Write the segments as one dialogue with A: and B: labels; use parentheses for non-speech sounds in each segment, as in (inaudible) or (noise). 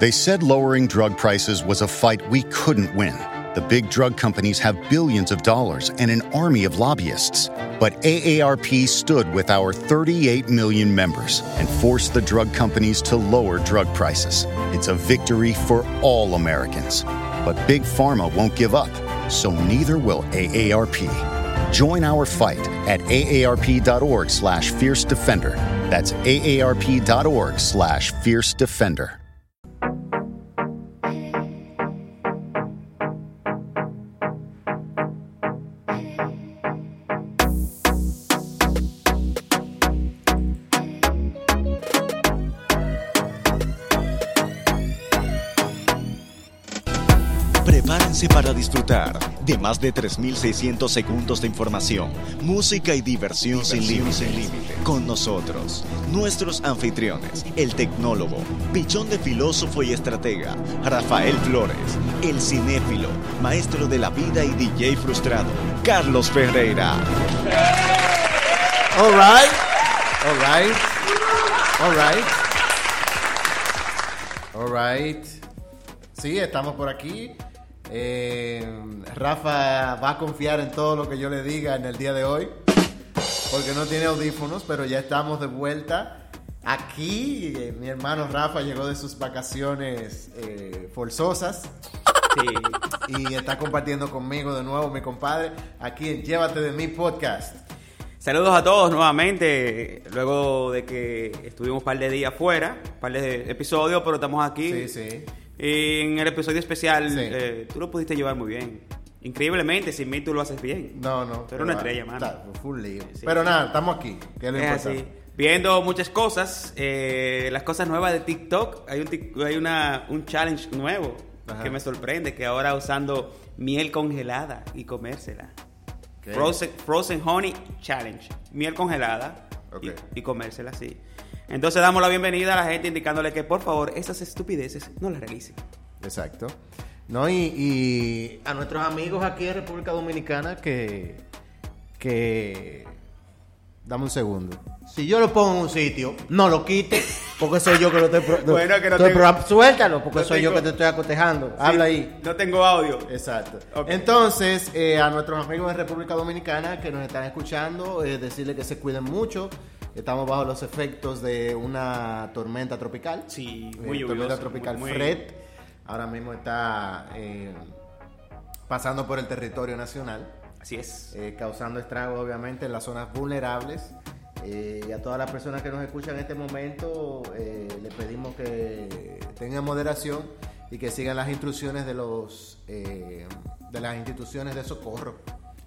A: They said lowering drug prices was a fight we couldn't win. The big drug companies have billions of dollars and an army of lobbyists. But AARP stood with our 38 million members and forced the drug companies to lower drug prices. It's a victory for all Americans. But Big Pharma won't give up, so neither will AARP. Join our fight at aarp.org slash fierce defender. That's aarp.org slash fierce defender.
B: Prepárense para disfrutar de más de 3.600 segundos de información, música y diversión, sin límite. Con nosotros, nuestros anfitriones, el tecnólogo, pichón de filósofo y estratega, Rafael Flores, el cinéfilo, maestro de la vida y DJ frustrado, Carlos Ferreira.
C: All right, all right, all right, all right. Sí, estamos por aquí. Eh, Rafa va a confiar en todo lo que yo le diga en el día de hoy, porque no tiene audífonos, pero ya estamos de vuelta. Aquí eh, mi hermano Rafa llegó de sus vacaciones eh, forzosas y está compartiendo conmigo de nuevo, mi compadre, aquí en Llévate de mi podcast.
D: Saludos a todos nuevamente, luego de que estuvimos un par de días fuera, un par de episodios, pero estamos aquí.
C: Sí, sí.
D: Y en el episodio especial,
C: Sí.
D: eh, tú lo pudiste llevar muy bien. Increíblemente, sin mí tú lo haces bien.
C: No, no.
D: Tú eres una estrella, mano.
C: Está, fue un lío.
D: Sí.
C: Pero nada, estamos aquí. que es lo
D: Es así.
C: importante.
D: Viendo muchas cosas, eh, las cosas nuevas de TikTok, hay un, tic- hay una, un challenge nuevo
C: Ajá.
D: que me sorprende, que ahora usando miel congelada y comérsela.
C: ¿Qué?
D: Frozen, Frozen Honey Challenge. Miel congelada y-
C: Ok.
D: y, comérsela así. Entonces damos la bienvenida a la gente indicándole que por favor esas estupideces no las realicen.
C: Exacto. No, y, y
E: a nuestros amigos aquí de República Dominicana que, que
C: dame un segundo.
E: si yo lo pongo en un sitio, no lo quite, porque soy yo que lo estoy... pro-
D: (laughs) Bueno, que no
E: estoy
D: tengo-
E: pro- Suéltalo, porque
D: no
E: soy yo
D: tengo-
E: que te estoy acotejando. Habla
D: Sí,
E: ahí.
D: No tengo audio.
C: Exacto.
D: Ok.
C: Entonces, eh, a nuestros amigos de República Dominicana que nos están escuchando, eh, decirles que se cuiden mucho. Estamos bajo los efectos de una tormenta tropical.
D: Sí,
C: Eh,
D: muy
C: tormenta
D: lluvioso,
C: tropical
D: muy- muy-
C: Fred. Ahora mismo está eh, pasando por el territorio nacional.
D: Así es.
C: eh, causando estragos obviamente en las zonas vulnerables. Eh, y a todas las personas que nos escuchan en este momento, eh, les pedimos que tengan moderación y que sigan las instrucciones de los eh, de las instituciones de socorro.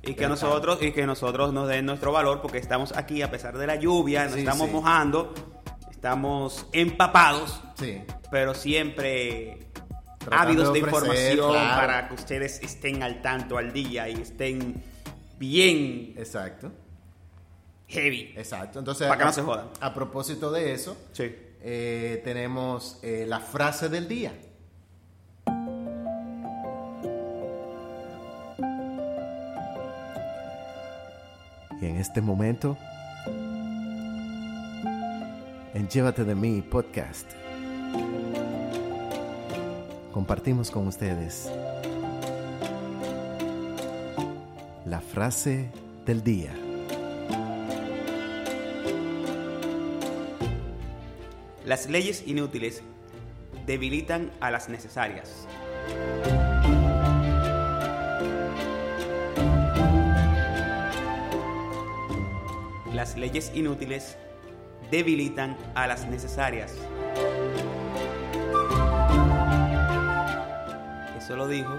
D: Y que nosotros y que nosotros nos den nuestro valor porque estamos aquí a pesar de la lluvia, nos
C: Sí,
D: estamos
C: sí.
D: mojando, estamos empapados,
C: Sí,
D: pero siempre
C: Tratando
D: ávidos de
C: de ofrecer,
D: información
C: claro.
D: para que ustedes estén al tanto al día y estén bien
C: exacto,
D: heavy.
C: exacto. Entonces,
D: Pa' que
C: a-
D: no se jodan.
C: A propósito de eso,
D: Sí.
C: eh, tenemos eh, la frase del día. Y en este momento, en Llévate de mí podcast, compartimos con ustedes la frase del día.
D: Las leyes inútiles debilitan a las necesarias. Las leyes inútiles debilitan a las necesarias. Eso lo dijo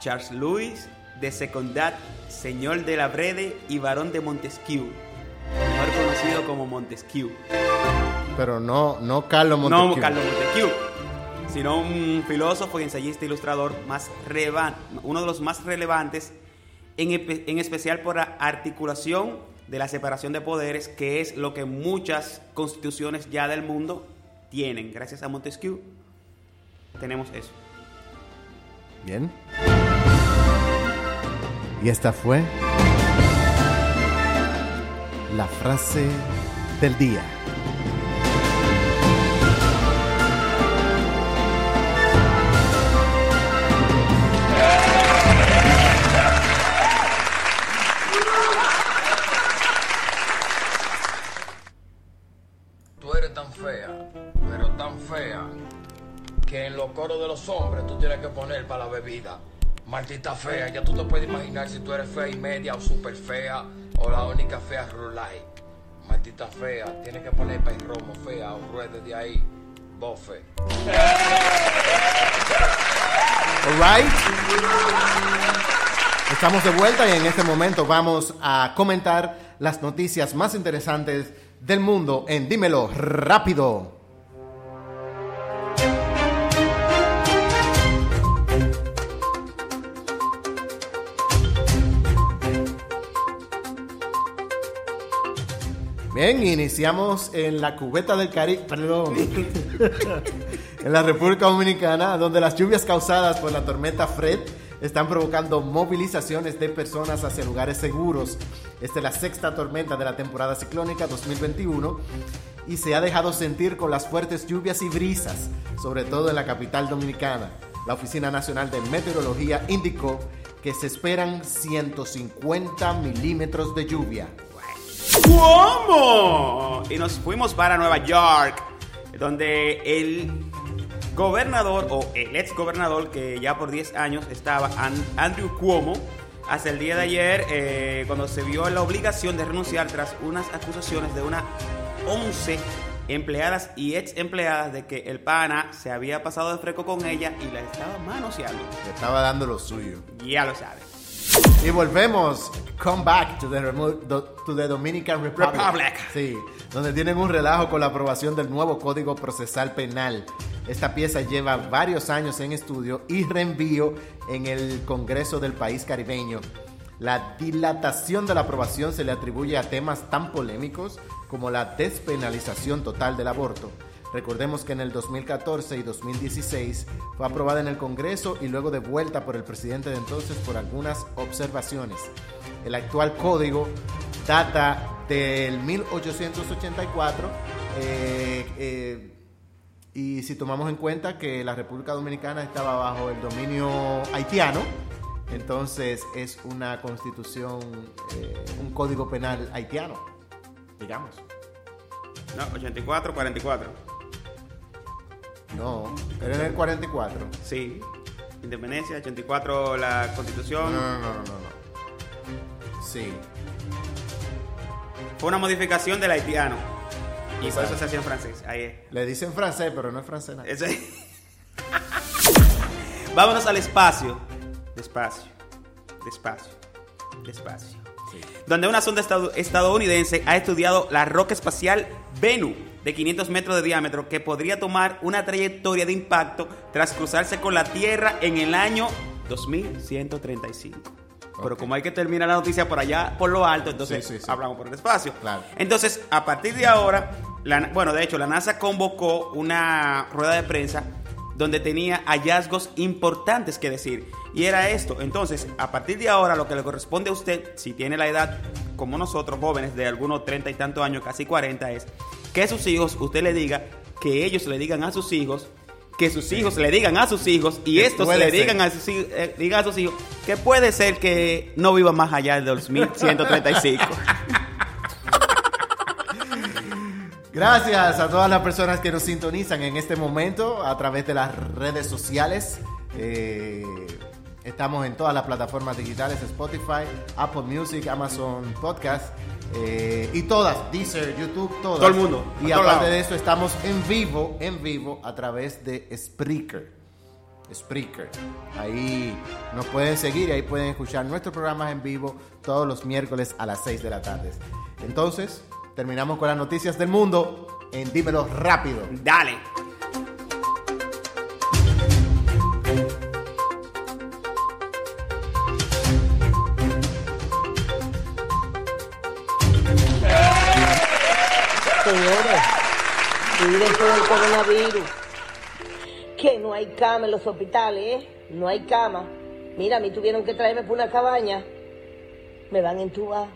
D: Charles Louis de Secondat, señor de la Brede y barón de Montesquieu, mejor conocido como Montesquieu.
C: Pero no, no Carlos
D: No Carlos Montesquieu, sino un filósofo y ensayista ilustrador más relevan- uno de los más relevantes, en, espe- en especial por la articulación de la separación de poderes, que es lo que muchas constituciones ya del mundo tienen. Gracias a Montesquieu tenemos eso.
C: Bien. Y esta fue la frase del día.
F: tan, tan fea que en los coros de los hombres tú tienes que poner para la bebida. Martita fea, ya tú te puedes imaginar si tú eres fea y media o super fea o la única fea rulay. Martita fea, tienes que poner para el romo fea o ruede de ahí. Bofe.
C: All right. Estamos de vuelta y en este momento vamos a comentar las noticias más interesantes del mundo en Dímelo Rápido. Bien, iniciamos en la cubeta del Caribe, perdón, en la República Dominicana, donde las lluvias causadas por la tormenta Fred están provocando movilizaciones de personas hacia lugares seguros. Esta es la sexta tormenta de la temporada ciclónica 2021 y se ha dejado sentir con las fuertes lluvias y brisas, sobre todo en la capital dominicana. La Oficina Nacional de Meteorología indicó que se esperan 150 milímetros de lluvia.
D: ¿Cómo? Y nos fuimos para Nueva York, donde el gobernador o el ex gobernador que ya por 10 años estaba, An- Andrew Cuomo, hasta el día de ayer, eh, cuando se vio en la obligación de renunciar tras unas acusaciones de unas 11 empleadas y ex empleadas de que el pana se había pasado de fresco con ella y la estaba manoseando.
C: Le estaba dando lo suyo.
D: Ya lo sabes.
C: Y volvemos. Come back to the, remo- do- to the Dominican Republic.
D: Republic.
C: Sí, donde tienen un relajo con la aprobación del nuevo Código Procesal Penal. Esta pieza lleva varios años en estudio y reenvío en el Congreso del país caribeño. La dilatación de la aprobación se le atribuye a temas tan polémicos como la despenalización total del aborto. Recordemos que en el 2014 y 2016 fue aprobada en el Congreso y luego devuelta por el presidente de entonces por algunas observaciones. El actual código data del 1884 eh, eh, y si tomamos en cuenta que la República Dominicana estaba bajo el dominio haitiano, entonces es una constitución, eh, un código penal haitiano, digamos.
D: No, 84, 44.
C: No, pero en el 44.
D: Sí. Independencia, 84, la constitución.
C: No, no, no, no, no. Sí.
D: Fue una modificación del haitiano. Y por eso se hacía en francés. Ahí es.
C: Le dicen francés, pero no es francés. nada.
D: Eso es. (laughs) Vámonos al espacio. Despacio. Despacio. Despacio. Donde una sonda estadu- estadounidense ha estudiado la roca espacial Venu de 500 metros de diámetro que podría tomar una trayectoria de impacto tras cruzarse con la Tierra en el año 2135. Pero
C: Ok.
D: como hay que terminar la noticia por allá, por lo alto, entonces
C: Sí, sí, sí.
D: hablamos por el espacio.
C: Claro.
D: Entonces, a partir de ahora, la- bueno, de hecho, la NASA convocó una rueda de prensa donde tenía hallazgos importantes que decir. Y era esto. Entonces, a partir de ahora, lo que le corresponde a usted, si tiene la edad como nosotros, jóvenes de algunos 30 y tantos años, casi 40, es que sus hijos, usted le diga, que ellos le digan a sus hijos, que sus hijos le digan a sus hijos, y
C: Que
D: estos
C: puede
D: le
C: ser.
D: digan a sus, hij- eh, digan a sus hijos, que puede ser que no viva más allá
C: (laughs)
D: del 2135.
C: Gracias a todas las personas que nos sintonizan en este momento a través de las redes sociales. Eh, estamos en todas las plataformas digitales: Spotify, Apple Music, Amazon Podcast. eh, y todas, Deezer, YouTube, todas.
D: Todo el mundo, a
C: Y
D: todo
C: aparte
D: lado.
C: de eso, estamos en vivo, en vivo, a través de Spreaker. Spreaker. Ahí nos pueden seguir y ahí pueden escuchar nuestros programas en vivo todos los miércoles a las 6 de la tarde. Entonces, terminamos con las noticias del mundo en Dímelo Rápido.
D: Dale.
G: Señores, miren todo el coronavirus. Que no hay cama en los hospitales, ¿eh? No hay cama. Mira, a mí tuvieron que traerme por una cabaña. Me van a entubar.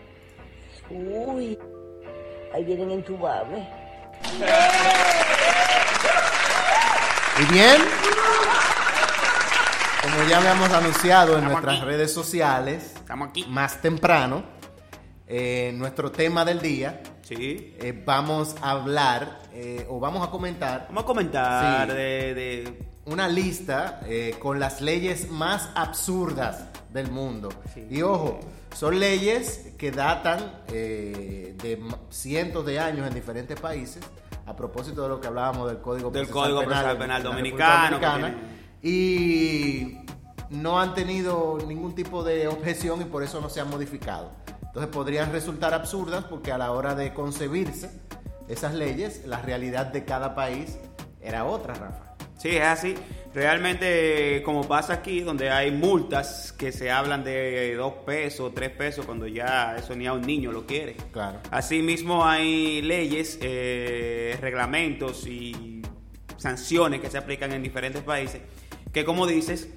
G: Uy, ahí vienen entubables.
C: Y bien, como ya habíamos anunciado en
D: Estamos
C: nuestras
D: aquí.
C: redes sociales,
D: Estamos aquí.
C: más temprano, eh, nuestro tema del día
D: Sí.
C: eh, vamos a hablar eh, o vamos a comentar
D: Vamos a comentar
C: Sí.
D: de, de-
C: una lista eh, con las leyes más absurdas del mundo.
D: Sí.
C: Y ojo, son leyes que datan eh, de m- cientos de años en diferentes países, a propósito de lo que hablábamos del Código
D: Del
C: Procesal
D: Código
C: Penal,
D: Procesal
C: de-
D: Penal
C: de la
D: Dominicano,
C: República
D: que
C: Dominicana. Y no han tenido ningún tipo de objeción y por eso no se han modificado. Entonces podrían resultar absurdas porque a la hora de concebirse esas leyes, la realidad de cada país era otra, Rafa.
D: Sí, es así. Realmente, como pasa aquí, donde hay multas que se hablan de dos pesos, tres pesos, cuando ya eso ni a un niño lo quiere.
C: Claro.
D: Asimismo, hay leyes, eh, reglamentos y sanciones que se aplican en diferentes países, que como dices,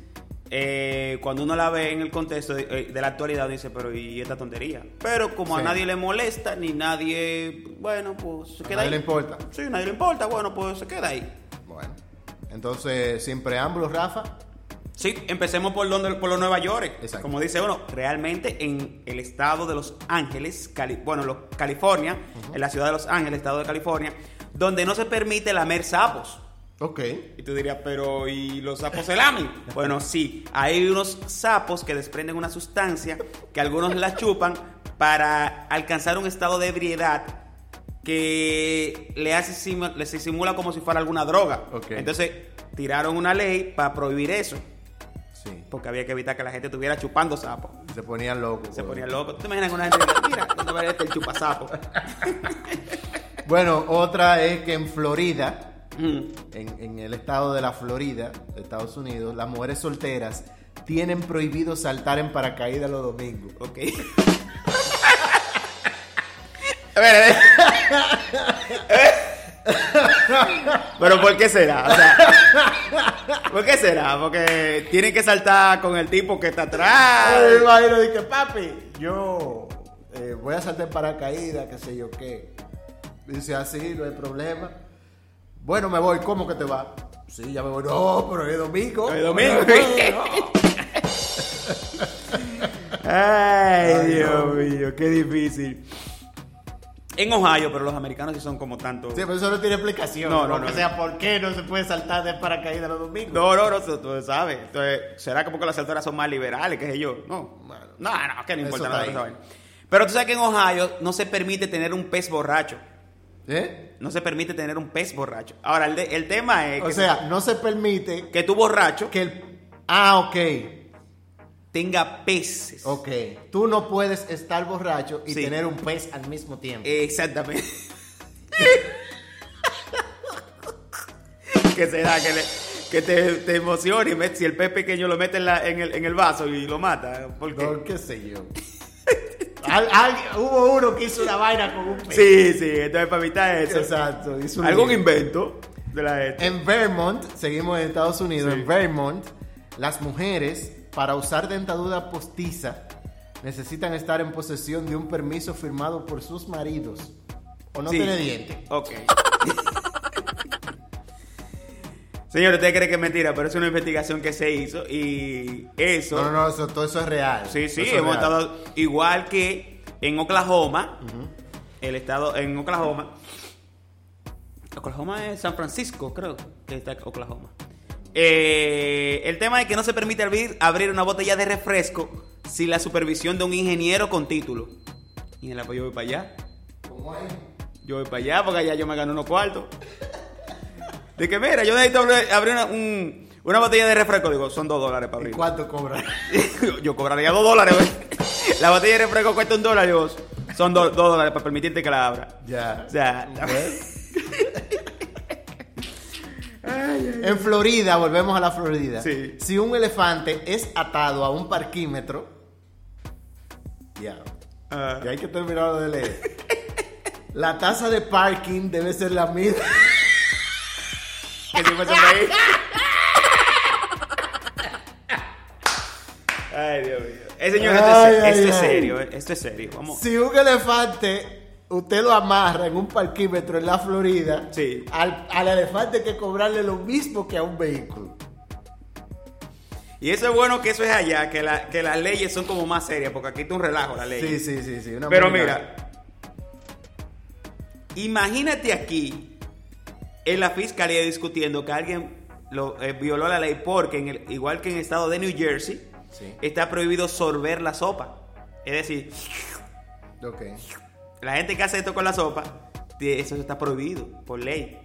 D: eh, cuando uno la ve en el contexto de, eh, de la actualidad, uno dice, pero ¿y esta tontería? Pero como a
C: Sí.
D: nadie le molesta, ni nadie, bueno, pues se
C: A
D: queda
C: nadie
D: ahí.
C: le importa.
D: Sí, a nadie le importa, bueno, pues se queda ahí.
C: Bueno. Entonces, sin preámbulos, Rafa.
D: Sí, empecemos por, Londres, por los Nueva York.
C: Exacto.
D: Como dice uno, realmente en el estado de Los Ángeles, Cali- bueno, lo- California, en la ciudad de Los Ángeles, estado de California, donde no se permite lamer sapos.
C: Ok.
D: Y tú dirías, pero ¿y los sapos
C: (laughs)
D: se lamen? bueno, sí, hay unos sapos que desprenden una sustancia que algunos la chupan para alcanzar un estado de ebriedad que le hace simu- le se simula como si fuera alguna droga.
C: Ok.
D: Entonces, tiraron una ley para prohibir eso
C: Sí.
D: porque había que evitar que la gente estuviera chupando sapos.
C: Se ponían locos.
D: Se
C: por-
D: ponía loco. ¿Tú te imaginas que una gente diga, mira, ¿dónde va este el chupasapo?
C: Bueno, otra es que en Florida,
D: Mm.
C: en, en el estado de la Florida, de Estados Unidos, las mujeres solteras tienen prohibido saltar en paracaídas los domingos.
D: ok. a ver, a ver. Pero ¿por qué será? O sea, ¿por qué será? Porque tienen que saltar con el tipo que está
C: Ay, me
D: atrás.
C: imagino, dije, papi, yo eh, voy a saltar en paracaídas, qué sé yo qué. Dice, así, no hay problema. Bueno, me voy, ¿cómo que te va? Sí, ya me voy. No, pero es domingo. (laughs)
D: El domingo. pues.
C: Ay,
D: Ay,
C: no.
D: Dios mío, qué difícil. En Ohio, pero los americanos sí son como tanto.
C: Sí, pero eso no tiene explicación.
D: No, no,
C: Aunque
D: no.
C: sea, ¿por qué no se puede saltar de paracaídas los domingos?
D: No, no, no, tú- tú sabes. Entonces, ¿será como que las alturas son más liberales, qué sé yo? No, no, no, que no
C: Eso
D: importa
C: está
D: nada de
C: ahí.
D: esa vaina. Pero tú sabes que en Ohio no se permite tener un pez borracho.
C: ¿Eh?
D: No se permite tener un pez borracho. Ahora, el, de- el tema es
C: O
D: que,
C: sea, no se permite
D: que tú borracho
C: que el... Ah, ok.
D: tenga peces.
C: Ok. Tú no puedes estar borracho y
D: Sí.
C: tener un pez al mismo tiempo.
D: Exactamente. (laughs) que se da, que, le- que te, te emocione. ve, Si el pez pequeño lo mete en, la- en el, en el vaso y lo mata. ¿Por qué?
C: No, qué sé yo. Al- al- hubo uno que hizo una vaina con un pez.
D: Sí, sí, entonces para evitar eso.
C: Exacto. hizo un-
D: ¿Algún invento de la gente?
C: En Vermont, seguimos en Estados Unidos, en Vermont, las mujeres, para usar dentadura postiza, necesitan estar en posesión de un permiso firmado por sus maridos. O no
D: Sí.
C: tiene diente.
D: Ok. (laughs) Señor, usted cree que es mentira, pero es una investigación que se hizo y eso.
C: No, no, no, eso- todo eso es real.
D: Sí, sí,
C: Eso es
D: hemos
C: real.
D: estado igual que en Oklahoma, el estado en Oklahoma. Oklahoma es San Francisco, creo que está Oklahoma. Eh, el tema es que no se permite abrir, abrir una botella de refresco sin la supervisión de un ingeniero con título. Y en la yo voy para allá. Yo voy para allá porque allá yo me gano unos cuartos. De que mira, yo necesito abrir, abrir una, un- una botella de refresco. Digo, son dos dólares para
C: ¿Y
D: abrir.
C: cuánto cobran? (laughs)
D: (laughs) Yo cobraría dos dólares. güey. La botella de refresco cuesta un dólar, yo. Son do- dos dólares para permitirte que la abra.
C: ya.
D: O sea,
C: En Florida, volvemos a la Florida.
D: Sí.
C: Si un elefante es atado a un parquímetro. Ya.
D: ah,
C: Y hay que terminar de leer. La tasa de parking debe ser la misma.
D: (laughs) que si fuese por ahí. Ay, Dios mío. Eh, señor, esto,
C: Ay,
D: es,
C: ay,
D: esto es
C: ay.
D: serio, eh, esto es serio. Vamos.
C: Si un elefante usted lo amarra en un parquímetro en la Florida,
D: Sí.
C: al, al elefante hay que cobrarle lo mismo que a un vehículo.
D: Y eso es bueno que eso es allá, que, la- que las leyes son como más serias, porque aquí está un relajo la ley.
C: Sí, sí, sí, sí. una
D: Pero
C: americana.
D: mira, Imagínate aquí en la fiscalía discutiendo que alguien lo, eh, violó la ley porque en el, igual que en el estado de New Jersey
C: Sí.
D: está prohibido sorber la sopa. Es decir,
C: Ok.
D: la gente que hace esto con la sopa, te- eso está prohibido por ley.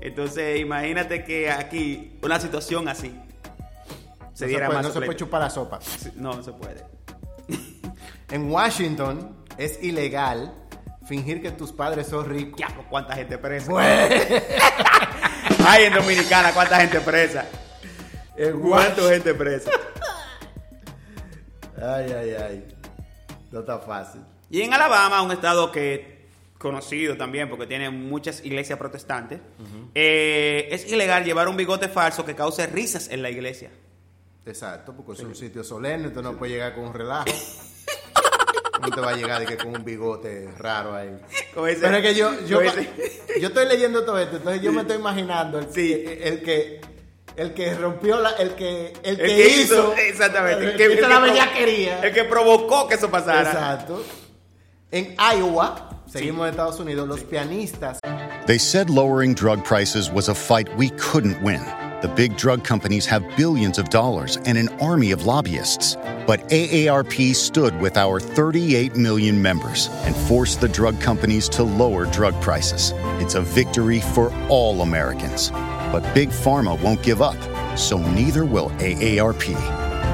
D: Entonces, imagínate que aquí una situación así se
C: no se,
D: diera
C: puede,
D: más.
C: no se puede
D: pleito.
C: chupar la sopa.
D: No, no se puede.
C: En Washington es ilegal fingir que tus padres son ricos.
D: Diablo, pues, cuánta gente presa. Ay, en Dominicana, cuánta gente presa. Eh,
C: En
D: Cuánta gente presa.
C: Ay, ay, ay. No está fácil.
D: Y en Alabama, un estado que conocido también porque tiene muchas iglesias protestantes, eh, es ilegal llevar un bigote falso que cause risas en la iglesia.
C: Exacto, porque es un sitio solemne, tú no puedes llegar con un relajo. No te va a llegar de que con un bigote raro ahí.
D: Como dice-
C: Pero es que yo, yo,
D: como
C: pa-
D: dice-
C: yo estoy leyendo todo esto, entonces yo me estoy imaginando el,
D: Sí.
C: el, el que el que rompió la, el que el que,
D: el que
C: hizo,
D: hizo, exactamente,
C: el que hizo la
D: provo-
C: bellaquería.
D: el que provocó que eso pasara.
C: Exacto. En Iowa, seguimos en Estados Unidos, los pianistas
A: They said lowering drug prices was a fight we couldn't win. The big drug companies have billions of dollars and an army of lobbyists. But AARP stood with our 38 million members and forced the drug companies to lower drug prices. It's a victory for all Americans. But Big Pharma won't give up, so neither will AARP.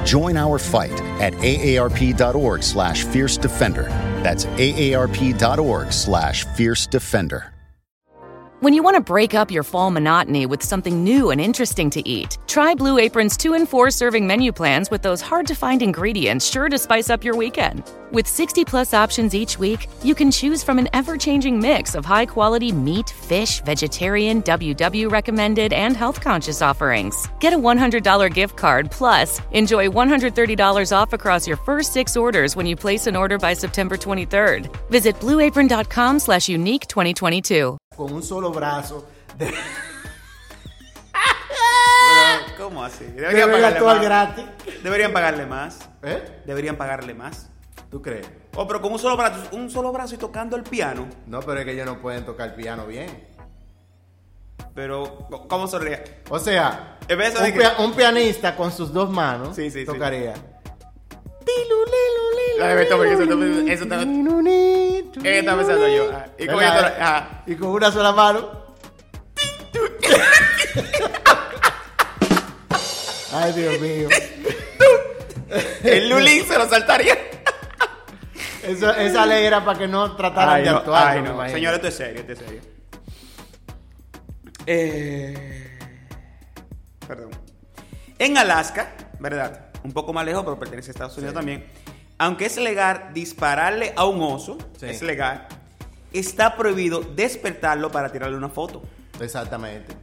A: Join our fight at aarp.org slash fierce defender. That's aarp.org slash fierce defender.
H: When you want to break up your fall monotony with something new and interesting to eat, try Blue Apron's 2 and 4 serving menu plans with those hard to find ingredients sure to spice up your weekend. With 60 plus options each week, you can choose from an ever changing mix of high quality meat, fish, vegetarian, WW recommended, and health conscious offerings. Get a $100 gift card plus enjoy $130 off across your first six orders when you place an order by September 23rd. Visit blueapron.com slash unique 2022.
C: con un solo brazo de,
D: Pero, Ah, ¿Cómo así? Deberían
C: deben
D: pagarle
C: actuar
D: más.
C: gratis.
D: Deberían pagarle más.
C: ¿Eh?
D: Deberían pagarle más.
C: ¿Tú crees?
D: Oh, pero con un solo brazo, un solo brazo y tocando el piano.
C: No, pero es que ellos no pueden tocar piano bien.
D: Pero, ¿cómo sonría?
C: O sea,
D: En vez de
C: un,
D: que-
C: pia- un pianista con sus dos manos
D: Sí, sí, sí.
C: tocaría.
D: La de Beethoven, que eso- eso está- Eh, estaba pensando yo. Ah, y con
C: ¿Verdad?
D: esto- ah.
C: Y con una sola mano. Ay, Dios mío.
D: El Lulín se lo saltaría.
C: Eso- esa ley era para que no trataran de actuar.
D: ay,
C: no me
D: no.
C: imagino.
D: Señor, esto es serio, esto es serio. Eh, Perdón. En Alaska, ¿verdad? Un poco más lejos, pero pertenece a Estados Unidos también. Aunque es legal dispararle a un oso,
C: Sí.
D: es legal, está prohibido despertarlo para tirarle una foto.
C: Exactamente.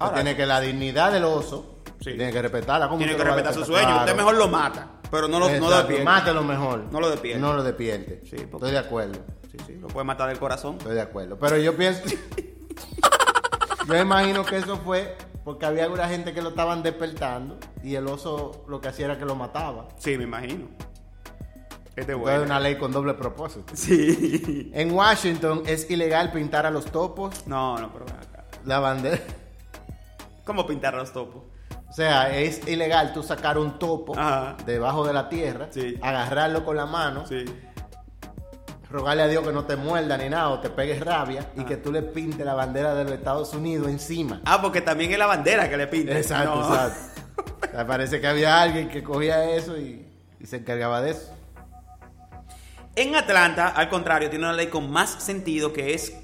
D: Ahora-
C: tiene que la dignidad del oso.
D: Sí.
C: Tiene que respetarla. ¿Cómo
D: Tiene
C: usted
D: que
C: lo va a
D: respetar su
C: respetar?
D: sueño. Usted
C: Claro.
D: mejor lo mata, pero no lo, no lo
C: Exacto,
D: despierte.
C: Mátelo mejor.
D: No lo despierte.
C: No lo despierte.
D: Sí, porque-
C: Estoy de acuerdo.
D: Sí, sí, lo puede matar del corazón.
C: Estoy de acuerdo. Pero yo pienso. (laughs) yo imagino que eso fue porque había alguna gente que lo estaban despertando y el oso lo que hacía era que lo mataba.
D: Sí, me imagino. Es de
C: Entonces,
D: bueno.
C: una ley con doble propósito.
D: Sí. (laughs)
C: En Washington es ilegal pintar a los topos
D: No, no, pero ven acá.
C: la bandera.
D: ¿Cómo pintar los topos?
C: O sea, es ilegal tú sacar un topo
D: Ajá.
C: debajo de la tierra,
D: Sí.
C: agarrarlo con la mano,
D: Sí.
C: rogarle a Dios que no te muerda ni nada o te pegues rabia y que tú le pintes la bandera de los Estados Unidos encima.
D: Ah, porque también es la bandera que le pintan.
C: Exacto,
D: No.
C: exacto. O sea, Parece que había alguien que cogía eso y, y se encargaba de eso.
D: En Atlanta, al contrario, tiene una ley con más sentido que es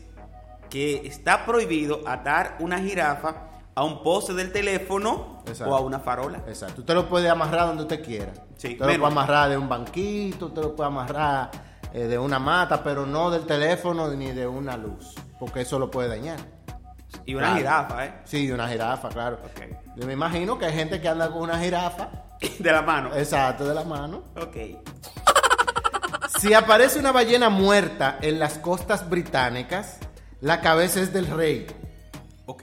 D: que está prohibido atar una jirafa a un poste del teléfono
C: Exacto.
D: o a una farola.
C: Exacto. Usted lo puede amarrar donde usted quiera.
D: Sí,
C: usted lo
D: menos.
C: puede amarrar de un banquito, usted lo puede amarrar eh, de una mata, pero no del teléfono ni de una luz, porque eso lo puede dañar.
D: Y una
C: Claro.
D: jirafa, ¿eh? (laughs)
C: Sí, una jirafa, claro.
D: Ok.
C: Yo me imagino que hay gente que anda con una jirafa,
D: De la mano.
C: exacto, de la mano.
D: Ok.
C: Si aparece una ballena muerta en las costas británicas, la cabeza es del rey.
D: Ok.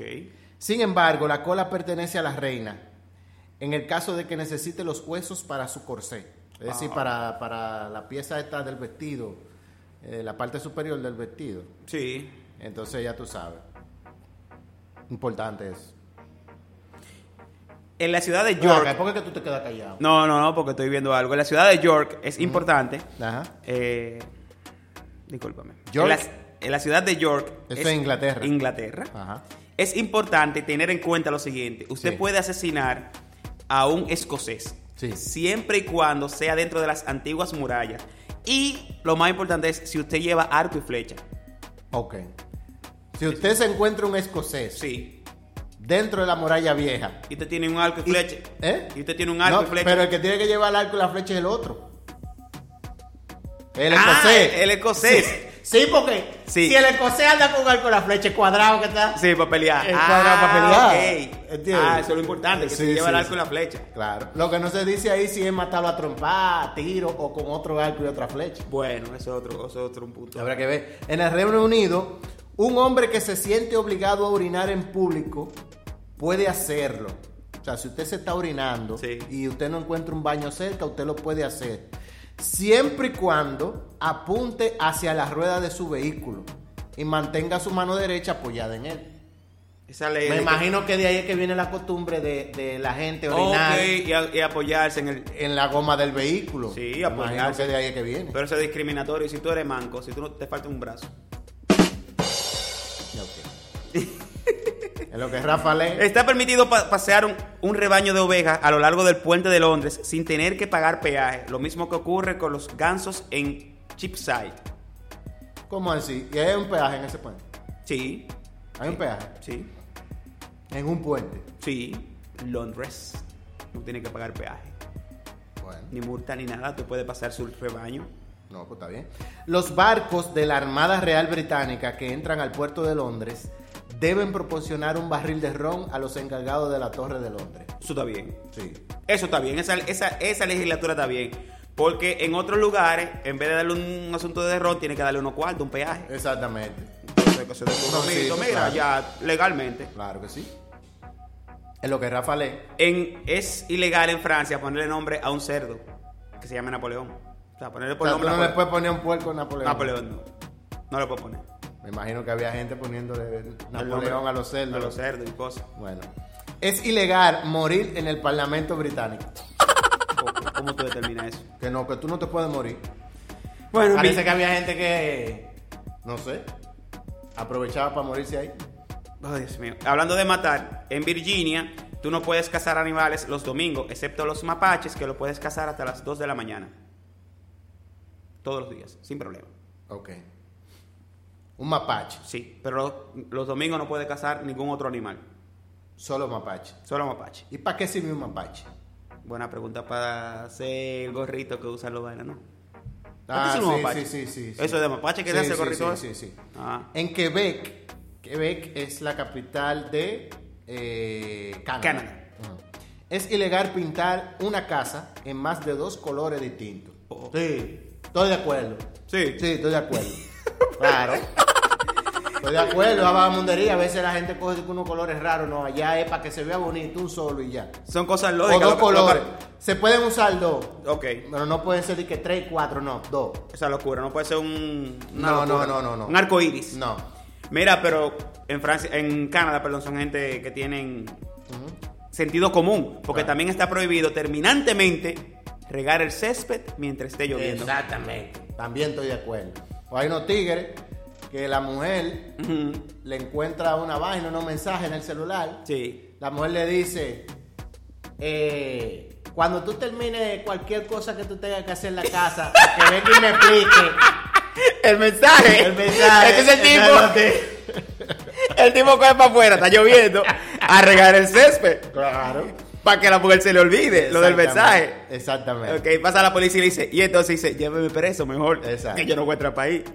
C: Sin embargo, la cola pertenece a la reina en el caso de que necesite los huesos para su corsé. Es decir, para, para la pieza esta del vestido, eh, la parte superior del vestido.
D: Sí.
C: Entonces ya tú sabes. Importante eso.
D: En la ciudad de
C: Ven acá,
D: York.
C: ¿Por qué que tú te quedas callado?
D: No, no, no, porque estoy viendo algo. En la ciudad de York es importante.
C: Ajá.
D: eh, discúlpame.
C: York.
D: En la, en la ciudad de York.
C: Eso es Inglaterra.
D: Inglaterra.
C: Ajá.
D: Es importante tener en cuenta lo siguiente. Usted
C: Sí.
D: puede asesinar a un escocés.
C: Sí.
D: Siempre y cuando sea dentro de las antiguas murallas. Y lo más importante es si usted lleva arco y flecha.
C: Ok. Si usted se encuentra un escocés
D: Sí.
C: dentro de la muralla vieja.
D: Y usted tiene un arco y
C: y-
D: flecha.
C: ¿Eh?
D: Y usted tiene un arco
C: No,
D: y flecha.
C: Pero el que tiene que llevar el arco y la flecha es el otro. El
D: Ah,
C: escocés.
D: el escocés.
C: Sí, porque
D: Sí.
C: si el escocés anda con arco y la flecha, el cuadrado que está.
D: Sí, para pelear.
C: El
D: ah,
C: cuadrado para pelear.
D: ok.
C: ¿Entiendes?
D: Ah, eso es lo importante, que
C: Sí,
D: se lleva
C: sí,
D: el arco
C: sí.
D: y la flecha.
C: Claro. Lo que no se dice ahí si es matarlo a trompar, a tiro o con otro arco y otra flecha.
D: Bueno, eso es otro, eso es otro punto.
C: Habrá que ver. En el Reino Unido, un hombre que se siente obligado a orinar en público puede hacerlo. O sea, si usted se está orinando
D: Sí.
C: y usted no encuentra un baño cerca, usted lo puede hacer. Siempre y cuando apunte hacia la rueda de su vehículo y mantenga su mano derecha apoyada en él.
D: Esa ley
C: Me
D: Eh, de-
C: imagino que de ahí es que viene la costumbre de, de la gente orinar
D: Ok, y, a- y apoyarse en el.
C: en la goma del vehículo.
D: Sí,
C: Me imagino
D: apoyarse.
C: que de ahí es que viene.
D: Pero eso es discriminatorio. Y si tú eres manco, si tú no te falta un brazo.
C: Ya, (laughs) ok. en lo que Rafa lee.
D: Está permitido pa- pasear un, un rebaño de ovejas a lo largo del puente de Londres sin tener que pagar peaje. Lo mismo que ocurre con los gansos en Chipside.
C: ¿Cómo así? Y hay un peaje en ese puente.
D: Sí,
C: Hay un peaje
D: sí,
C: en un puente.
D: sí. Londres no tiene que pagar peaje.
C: Bueno,
D: Ni multa ni nada. Tú puedes pasar su rebaño.
C: no, pues está bien. Los barcos de la Armada Real Británica que entran al puerto de Londres deben proporcionar un barril de ron a los encargados de la Torre de Londres.
D: Eso está bien.
C: Sí.
D: Eso está bien, esa, esa, esa legislatura está bien. Porque en otros lugares, en vez de darle un asunto de ron, tiene que darle unos cuartos, un peaje.
C: Exactamente.
D: Entonces, que se dé un
C: No,
D: romito,
C: sí,
D: mira,
C: claro.
D: ya legalmente.
C: Claro que sí. Es lo que Rafa lee.
D: En, es ilegal en Francia ponerle nombre a un cerdo que se llame Napoleón. O sea, ponerle
C: O
D: por
C: sea, tú
D: nombre
C: no le
D: Napoleón.
C: puedes poner un puerco a Napoleón.
D: Napoleón no. No le puedo poner.
C: Me imagino que había gente poniéndole
D: El nombre-
C: Napoleón a los
D: A
C: cerdos.
D: los cerdos y cosas.
C: Bueno. Es ilegal morir en el Parlamento británico.
D: ¿Cómo- ¿Cómo tú
C: (laughs)
D: determinas eso?
C: Que no, que tú no te puedes morir.
D: Bueno,
C: Parece que había gente que, no sé, aprovechaba para morirse ahí.
D: Ay, Oh, Dios mío. Hablando de matar, en Virginia tú no puedes cazar animales los domingos, excepto los mapaches, que lo puedes cazar hasta las 2 de la mañana. Todos los días, sin problema.
C: Ok. Un mapache,
D: Sí, pero lo- los, domingos no puedes cazar ningún otro animal,
C: solo mapache.
D: solo mapache.
C: ¿Y para qué sirve un mapache?
D: Buena pregunta para hacer el gorrito que usan los bailanos.
C: Ah,
D: ¿A qué sirve un Este mapache?
C: sí, sí, sí, sí.
D: ¿Eso es de mapache que
C: Sí,
D: le hace el
C: sí,
D: gorrito?
C: Sí, sí, sí.
D: Ah.
C: En Quebec, Quebec es la capital de eh, Canadá.
D: Canadá.
C: Ujú. Es ilegal pintar una casa en más de dos colores distintos.
D: Oh.
C: Sí, estoy de acuerdo.
D: Sí.
C: Sí, estoy de acuerdo. (laughs) claro. Estoy de acuerdo, a vagabundería. A veces la gente coge unos colores raros. No, allá es para que se vea bonito un solo y ya.
D: Son cosas
C: O
D: lógicas.
C: dos
D: lo que- lo que-
C: colores. Se pueden usar dos.
D: Ok.
C: Pero no pueden ser de que tres, cuatro, no, dos.
D: Esa locura, no puede ser un. una
C: No, no,
D: locura.
C: no, no, no.
D: Un arco iris.
C: No.
D: Mira, pero en Francia, en Canadá, perdón, son gente que tienen sentido común, porque también está prohibido terminantemente regar el césped mientras esté lloviendo.
C: Exactamente. También estoy de acuerdo. O hay unos tigres que la mujer
D: Ujú,
C: le encuentra una vaina, unos mensajes en el celular.
D: Sí.
C: La mujer le dice, eh, cuando tú termines cualquier cosa que tú tengas que hacer en la casa, que venga y me explique.
D: (laughs) El mensaje.
C: El mensaje.
D: Entonces (laughs) el tipo. el tipo coge para afuera, está lloviendo, a regar el césped.
C: Claro.
D: Para que la mujer se le olvide lo del
C: Exactamente,
D: mensaje.
C: Exactamente.
D: Ok, pasa la policía y le dice, y entonces dice, lléveme preso mejor.
C: Exacto.
D: Que yo no voy a entrar para ahí.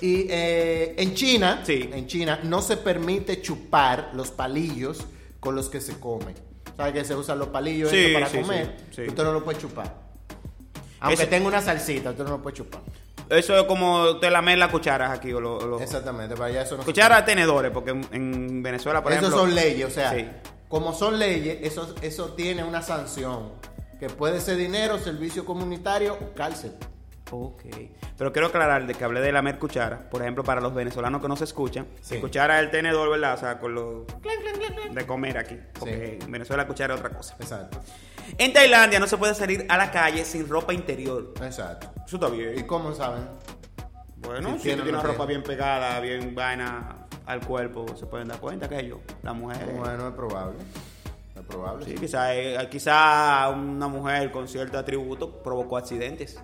C: Y eh, en China,
D: Sí.
C: en China no se permite chupar los palillos con los que se comen. ¿Sabes que se usan los palillos
D: Sí,
C: estos para
D: sí,
C: comer?
D: sí, sí.
C: Usted no lo puede chupar. Aunque
D: Eso-
C: tenga una salsita, usted no lo puede chupar.
D: Eso es como te lamer las cucharas aquí o lo- o lo-
C: Exactamente, para allá eso no se
D: Cucharas tenedores, porque en, en Venezuela, por
C: Esas
D: ejemplo.
C: son leyes, o sea,
D: Sí.
C: como son leyes, eso, eso tiene una sanción que puede ser dinero, servicio comunitario o cárcel.
D: Ok. Pero quiero aclarar de que hablé de lamer cuchara. Por ejemplo, para los venezolanos que no se escuchan,
C: Sí.
D: cuchara es el tenedor, ¿verdad? O sea, con los. de comer aquí. Porque en Venezuela cuchara es otra cosa.
C: Exacto.
D: En Tailandia no se puede salir a la calle sin ropa interior.
C: Exacto.
D: Eso está
C: ¿Y
D: bien.
C: cómo saben?
D: Bueno,
C: Sí,
D: si
C: tiene
D: tú tienes
C: una
D: ropa
C: idea.
D: bien pegada, bien vaina al cuerpo, se pueden dar cuenta que yo, las mujeres.
C: Bueno, es probable. Es probable.
D: Eh. Sí, quizá, eh, quizá una mujer con cierto atributo provocó accidentes.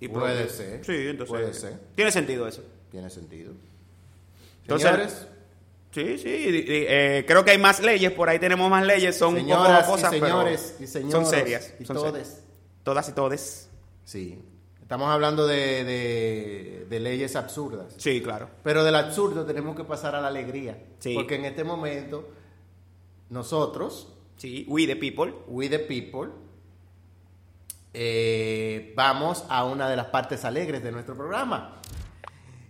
D: Y
C: Puede
D: provoca-
C: ser.
D: Sí, entonces.
C: Puede ser.
D: Tiene sentido eso.
C: Tiene sentido.
D: Entonces-
C: Señores,
D: Sí, sí. y- y, eh, creo que hay más leyes, por ahí tenemos más leyes. Son un poco
C: señoras
D: jocosas,
C: y
D: pero
C: señores y señores
D: Son serias.
C: y
D: son
C: todes.
D: serias. Todas y todes.
C: Sí. Estamos hablando de, de- de leyes absurdas.
D: Sí, claro.
C: Pero del absurdo tenemos que pasar a la alegría.
D: Sí.
C: Porque en este momento, nosotros,
D: Sí, we the people.
C: we the people, eh, vamos a una de las partes alegres de nuestro programa.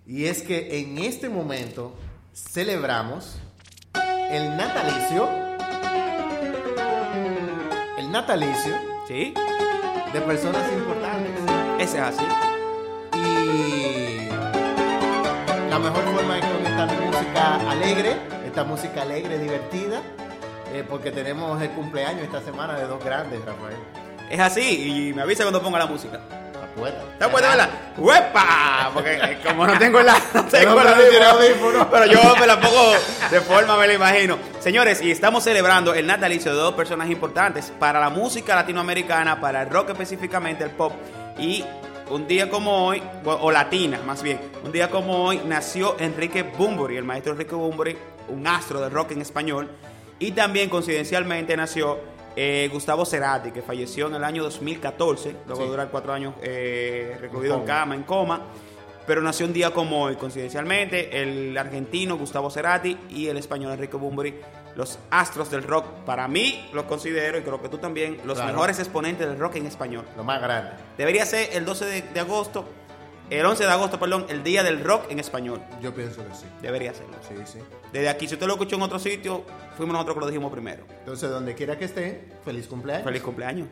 C: Y es que en este momento celebramos el natalicio. El natalicio
D: Sí,
C: de personas importantes.
D: ese es así.
C: Y la mejor forma es con esta música alegre, esta música alegre, divertida, eh, porque tenemos el cumpleaños esta semana de dos grandes, Rafael.
D: Es así, y me avisa cuando ponga la música.
C: La puerta.
D: ¿Está puesta, verdad? ¡Huepa! Porque eh, como no tengo la. (laughs) no
C: pero
D: tengo la
C: no tiene
D: misma-
C: audífono.
D: Pero yo me la pongo de forma, me la imagino. Señores, y estamos celebrando el natalicio de dos personas importantes para la música latinoamericana, para el rock específicamente, el pop. Y un día como hoy, o, o latina más bien, un día como hoy nació Enrique Bunbury, el maestro Enrique Bunbury, un astro del rock en español. Y también coincidencialmente nació eh, Gustavo Cerati, que falleció en el año 2014, luego de durar cuatro años eh, recluido en
C: coma.
D: cama, en coma. Pero nació un día como hoy, coincidencialmente, el argentino Gustavo Cerati y el español Enrique Bunbury, los astros del rock. Para mí, los considero, y creo que tú también, los
C: Claro.
D: mejores exponentes del rock en español.
C: Lo más grande.
D: Debería ser el 12 de, de agosto, el 11 de agosto, perdón, el día del rock en español.
C: Yo pienso que sí.
D: Debería serlo.
C: Sí, sí.
D: Desde aquí, si usted lo escuchó en otro sitio, fuimos nosotros que lo dijimos primero.
C: Entonces, donde quiera que esté, feliz cumpleaños.
D: Feliz cumpleaños.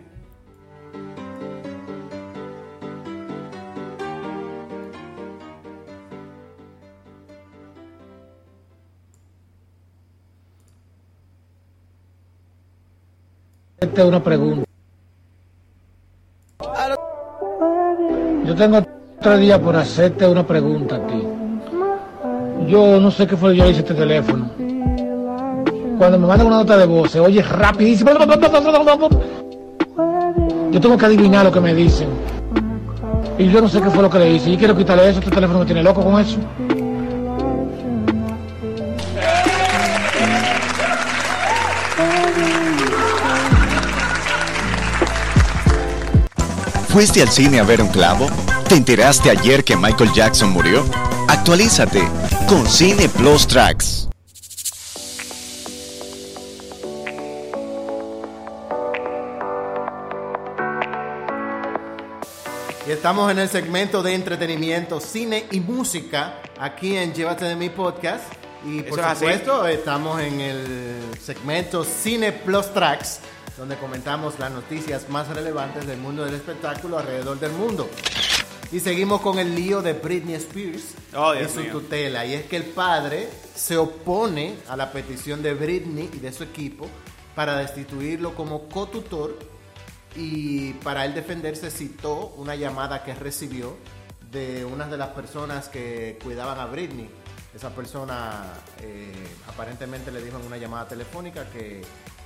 I: Esta es una pregunta. Yo tengo tres días por hacerte una pregunta a ti. Yo no sé qué fue lo que yo le hice a este teléfono. Cuando me mandan una nota de voz, se oye rapidísimo. Yo tengo que adivinar lo que me dicen. Y yo no sé qué fue lo que le hice. Yo quiero quitarle eso. Este teléfono me tiene loco con eso.
B: ¿Fuiste al cine a ver un clavo? ¿Te enteraste ayer que Michael Jackson murió? Actualízate con Cine Plus Tracks.
C: Y estamos en el segmento de entretenimiento, cine y música, aquí en Llévate de mi podcast. Y por
D: Eso es así.
C: supuesto, estamos en el segmento Cine Plus Tracks, donde comentamos las noticias más relevantes del mundo del espectáculo alrededor del mundo. Y seguimos con el lío de Britney Spears
D: Oh,
C: y
D: Dios
C: su
D: mío.
C: tutela. Y es que el padre se opone a la petición de Britney y de su equipo para destituirlo como cotutor. Y para él defenderse citó una llamada que recibió de una de las personas que cuidaban a Britney. Esa persona eh, aparentemente le dijo en una llamada telefónica que,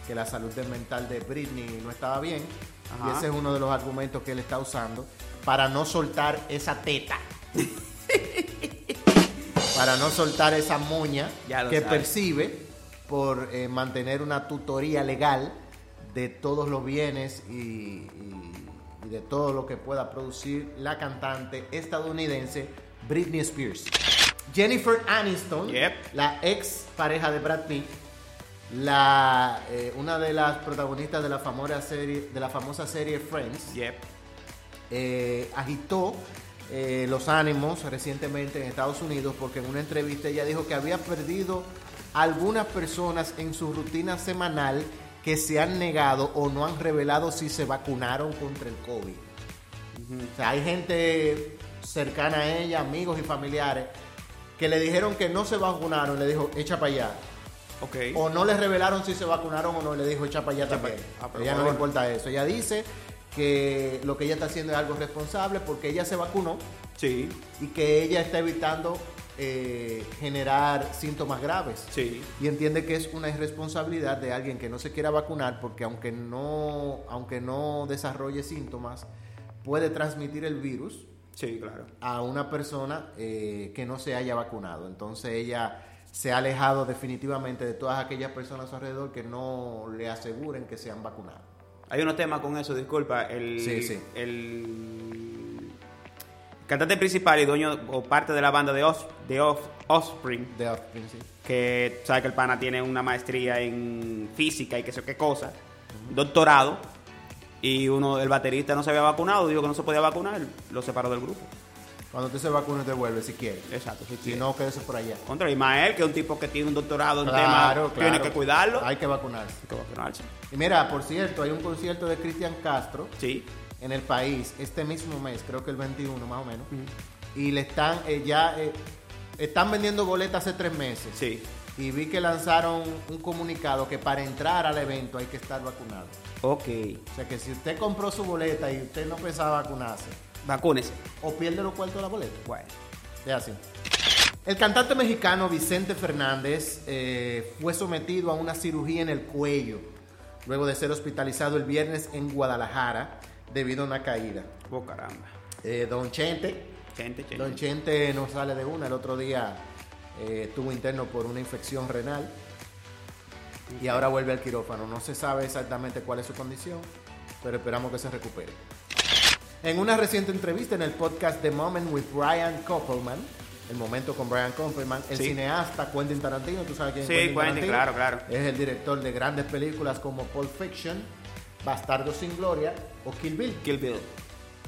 C: que la salud mental de Britney no estaba bien. Y
D: Ajá.
C: ese es uno de los argumentos que él está usando para no soltar esa teta. para no soltar esa moña
D: Ya lo
C: que
D: sabe.
C: percibe por eh, mantener una tutoría legal de todos los bienes y, y- y de todo lo que pueda producir la cantante estadounidense Britney Spears. Jennifer Aniston,
D: Yep.
C: la ex pareja de Brad Pitt, la, eh, una de las protagonistas de la, famosa serie, de la famosa serie Friends,
D: Yep.
C: eh, agitó eh, los ánimos recientemente en Estados Unidos porque en una entrevista ella dijo que había perdido algunas personas en su rutina semanal que se han negado o no han revelado si se vacunaron contra el COVID. O sea, hay gente cercana a ella, amigos y familiares, que le dijeron que no se vacunaron, le dijo, echa para allá.
D: Ok.
C: O no le revelaron si se vacunaron o no, le dijo, echa para allá también.
D: pa' allá. Ah,
C: A
D: pero
C: ella no
D: bueno.
C: le importa eso. Ella dice que lo que ella está haciendo es algo responsable porque ella se vacunó
D: Sí,
C: y que ella está evitando eh, generar síntomas graves.
D: sí.
C: Y entiende que es una irresponsabilidad de alguien que no se quiera vacunar porque aunque no, aunque no desarrolle síntomas, puede transmitir el virus
D: Sí, claro.
C: a una persona eh, que no se haya vacunado. Entonces ella se ha alejado definitivamente de todas aquellas personas a su alrededor que no le aseguren que se han vacunado.
D: Hay unos temas con eso, disculpa. El,
C: Sí, sí.
D: el cantante principal y dueño o parte de la banda de, Os, de Os- Offspring,
C: De Offspring, sí.
D: que sabe que el pana tiene una maestría en física y qué sé yo qué cosa, doctorado, y uno, el baterista no se había vacunado, dijo que no se podía vacunar, lo separó del grupo.
C: Cuando usted se vacune, te vuelve si quiere.
D: Exacto, sí,
C: Si no, quédese por allá.
D: Contra Ismael, que es un tipo que tiene un doctorado en
C: Claro,
D: tema,
C: claro.
D: tiene que cuidarlo.
C: Hay que vacunarse.
D: Hay que vacunarse.
C: Y mira, por cierto, hay un concierto de Cristian Castro
D: Sí,
C: en el país este mismo mes, creo que el 21 más o menos. Y le están, eh, ya, eh, están vendiendo boletas hace tres meses.
D: sí.
C: Y vi que lanzaron un comunicado que para entrar al evento hay que estar vacunado.
D: Ok.
C: O sea que si usted compró su boleta y usted no pensaba vacunarse,
D: Vacúnese.
C: o pierde los cuartos de la boleta.
D: Bueno.
C: Es así. El cantante mexicano Vicente Fernández eh, fue sometido a una cirugía en el cuello luego de ser hospitalizado el viernes en Guadalajara debido a una caída.
D: Oh, caramba.
C: Eh, don Chente,
D: Gente, gente.
C: Don Chente no sale de una. El otro día eh, estuvo interno por una infección renal y ahora vuelve al quirófano. No se sabe exactamente cuál es su condición, pero esperamos que se recupere. En una reciente entrevista en el podcast The Moment with Brian Koppelman, el momento con Brian Koppelman, el
D: Sí.
C: cineasta Quentin Tarantino, tú sabes quién es
D: Sí, Quentin, claro, claro.
C: Es el director de grandes películas como Pulp Fiction, Bastardo sin Gloria o Kill Bill.
D: Kill Bill.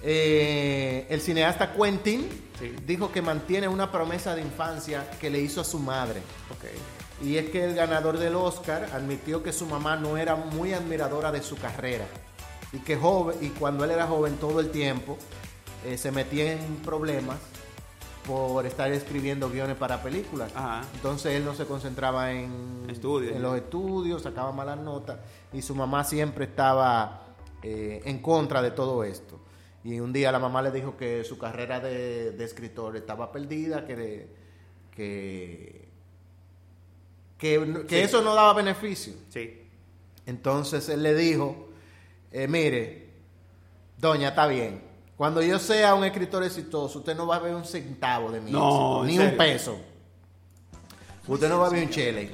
C: Eh, el cineasta Quentin
D: Sí.
C: dijo que mantiene una promesa de infancia que le hizo a su madre.
D: Ok.
C: Y es que el ganador del Oscar admitió que su mamá no era muy admiradora de su carrera. Y que joven, y cuando él era joven todo el tiempo, eh, se metía en problemas por estar escribiendo guiones para películas.
D: Ajá.
C: Entonces él no se concentraba en,
D: Estudios.
C: en los estudios, sacaba malas notas. Y su mamá siempre estaba eh, en contra de todo esto. Y un día la mamá le dijo que su carrera de, de escritor estaba perdida, que, de- que que, no- que eso no daba beneficio.
D: Sí.
C: Entonces él le dijo, eh, mire, doña, está bien. Cuando yo sea un escritor exitoso, usted no va a ver un centavo de mi
D: No,
C: éxito,
D: ¿en
C: ni
D: serio?
C: un peso. Usted no va a ver un chele.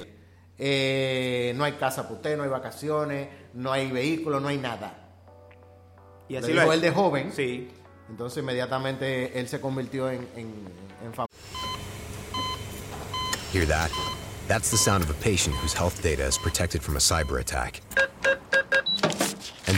C: Eh, no hay casa para usted, no hay vacaciones, no hay vehículo, no hay nada.
D: Y
C: Le
D: así
C: dijo
D: es.
C: él de joven.
D: Sí.
C: Entonces inmediatamente él se convirtió en, en, en famoso.
A: Hear that? That's the sound of a patient whose health data is protected from a cyber attack. And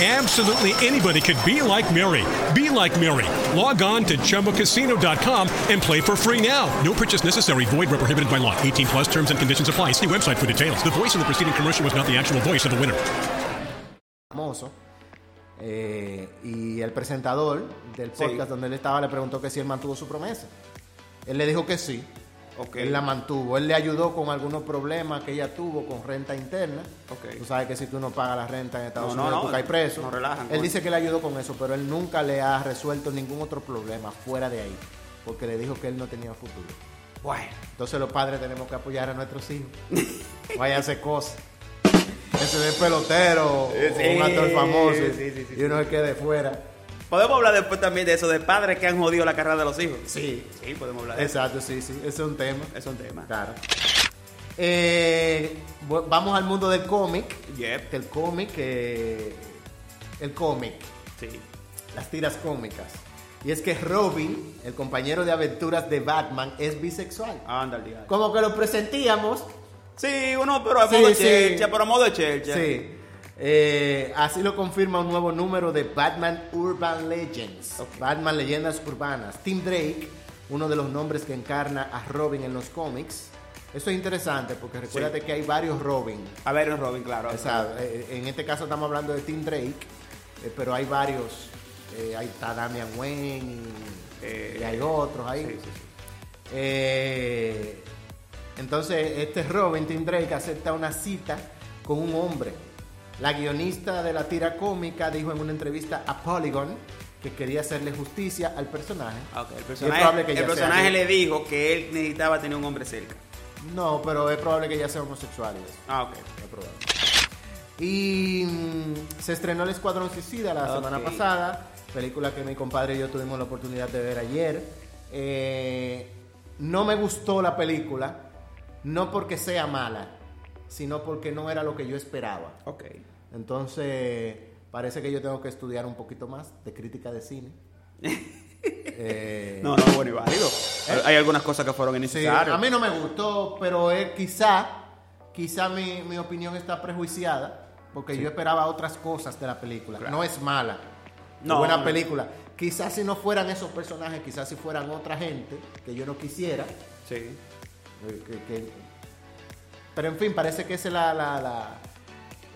J: Absolutely anybody could be like Mary. Be like Mary. Log on to chumbacasino.com and play for free now. No purchase necessary. Void where prohibited by law. 18 plus terms and conditions apply. See website for details. The voice in the preceding commercial was not the actual voice of the winner.
C: famoso. eh, y el presentador del podcast donde él estaba le preguntó que si él mantuvo su promesa. Él le dijo que sí.
D: Ok.
C: Él la mantuvo. Él le ayudó con algunos problemas que ella tuvo con renta interna.
D: Ok.
C: Tú sabes que si tú no pagas la renta en Estados
D: No, no,
C: Unidos,
D: no,
C: tú caes preso.
D: no relajan,
C: él
D: coño.
C: dice que le ayudó con eso, pero él nunca le ha resuelto ningún otro problema fuera de ahí. Porque le dijo que él no tenía futuro.
D: Bueno.
C: Entonces los padres tenemos que apoyar a nuestros
D: (laughs)
C: hijos. Vaya a hacer cosas. Ese es pelotero, o un actor famoso.
D: sí, sí, sí,
C: y uno se quede fuera.
D: Podemos hablar después también de eso, de padres que han jodido la carrera de los hijos.
C: Sí.
D: Sí, podemos hablar de eso.
C: Exacto, sí, sí. Ese es un tema.
D: Es un tema.
C: Claro. Eh, bu- vamos al mundo del cómic.
D: Yep.
C: El cómic, eh, el cómic. Las tiras cómicas. Y es que Robin, el compañero de aventuras de Batman, es bisexual.
D: Ah. Ándale.
C: Como que lo presentíamos.
D: Sí, uno, pero a modo chercha, pero a modo chercha.
C: Sí. Eh, así lo confirma un nuevo número de Batman Urban Legends. Batman Leyendas Urbanas. Tim Drake, uno de los nombres que encarna a Robin en los cómics. Eso es interesante porque recuérdate que hay varios Robin.
D: A ver, un Robin, claro.
C: O sea, eh, en este caso estamos hablando de Tim Drake, eh, pero hay varios. Eh, ahí está Damian Wayne y, y hay otros ahí. Eh, entonces, este Robin Tim Drake acepta una cita con un hombre. La guionista de la tira cómica dijo en una entrevista a Polygon que quería hacerle justicia al personaje.
D: Ah, Ok, el
C: Y es probable
D: personaje,
C: que
D: el
C: ya sea
D: personaje
C: gay.
D: le dijo que él necesitaba tener un hombre cerca.
C: No, pero es probable que ya sea homosexual. y eso.
D: Ah, ok.
C: Y mm, se estrenó El Escuadrón Suicida la
D: Ok.
C: semana pasada, película que mi compadre y yo tuvimos la oportunidad de ver ayer. Eh, no me gustó la película, no porque sea mala, sino porque no era lo que yo esperaba.
D: Ok.
C: Eh. Entonces, parece que yo tengo que estudiar un poquito más de crítica de cine. Eh,
D: No, no, bueno, y válido. Hay algunas cosas que fueron
C: Sí,
D: innecesarias.
C: a mí no me gustó, pero eh, quizá, quizá mi, mi opinión está prejuiciada, porque
D: Sí.
C: yo esperaba otras cosas de la película. No es mala,
D: No,
C: buena
D: no.
C: película. Quizás si no fueran esos personajes, quizás si fueran otra gente que yo no quisiera.
D: Sí.
C: Eh, Pero en fin, parece que esa es la, la- la-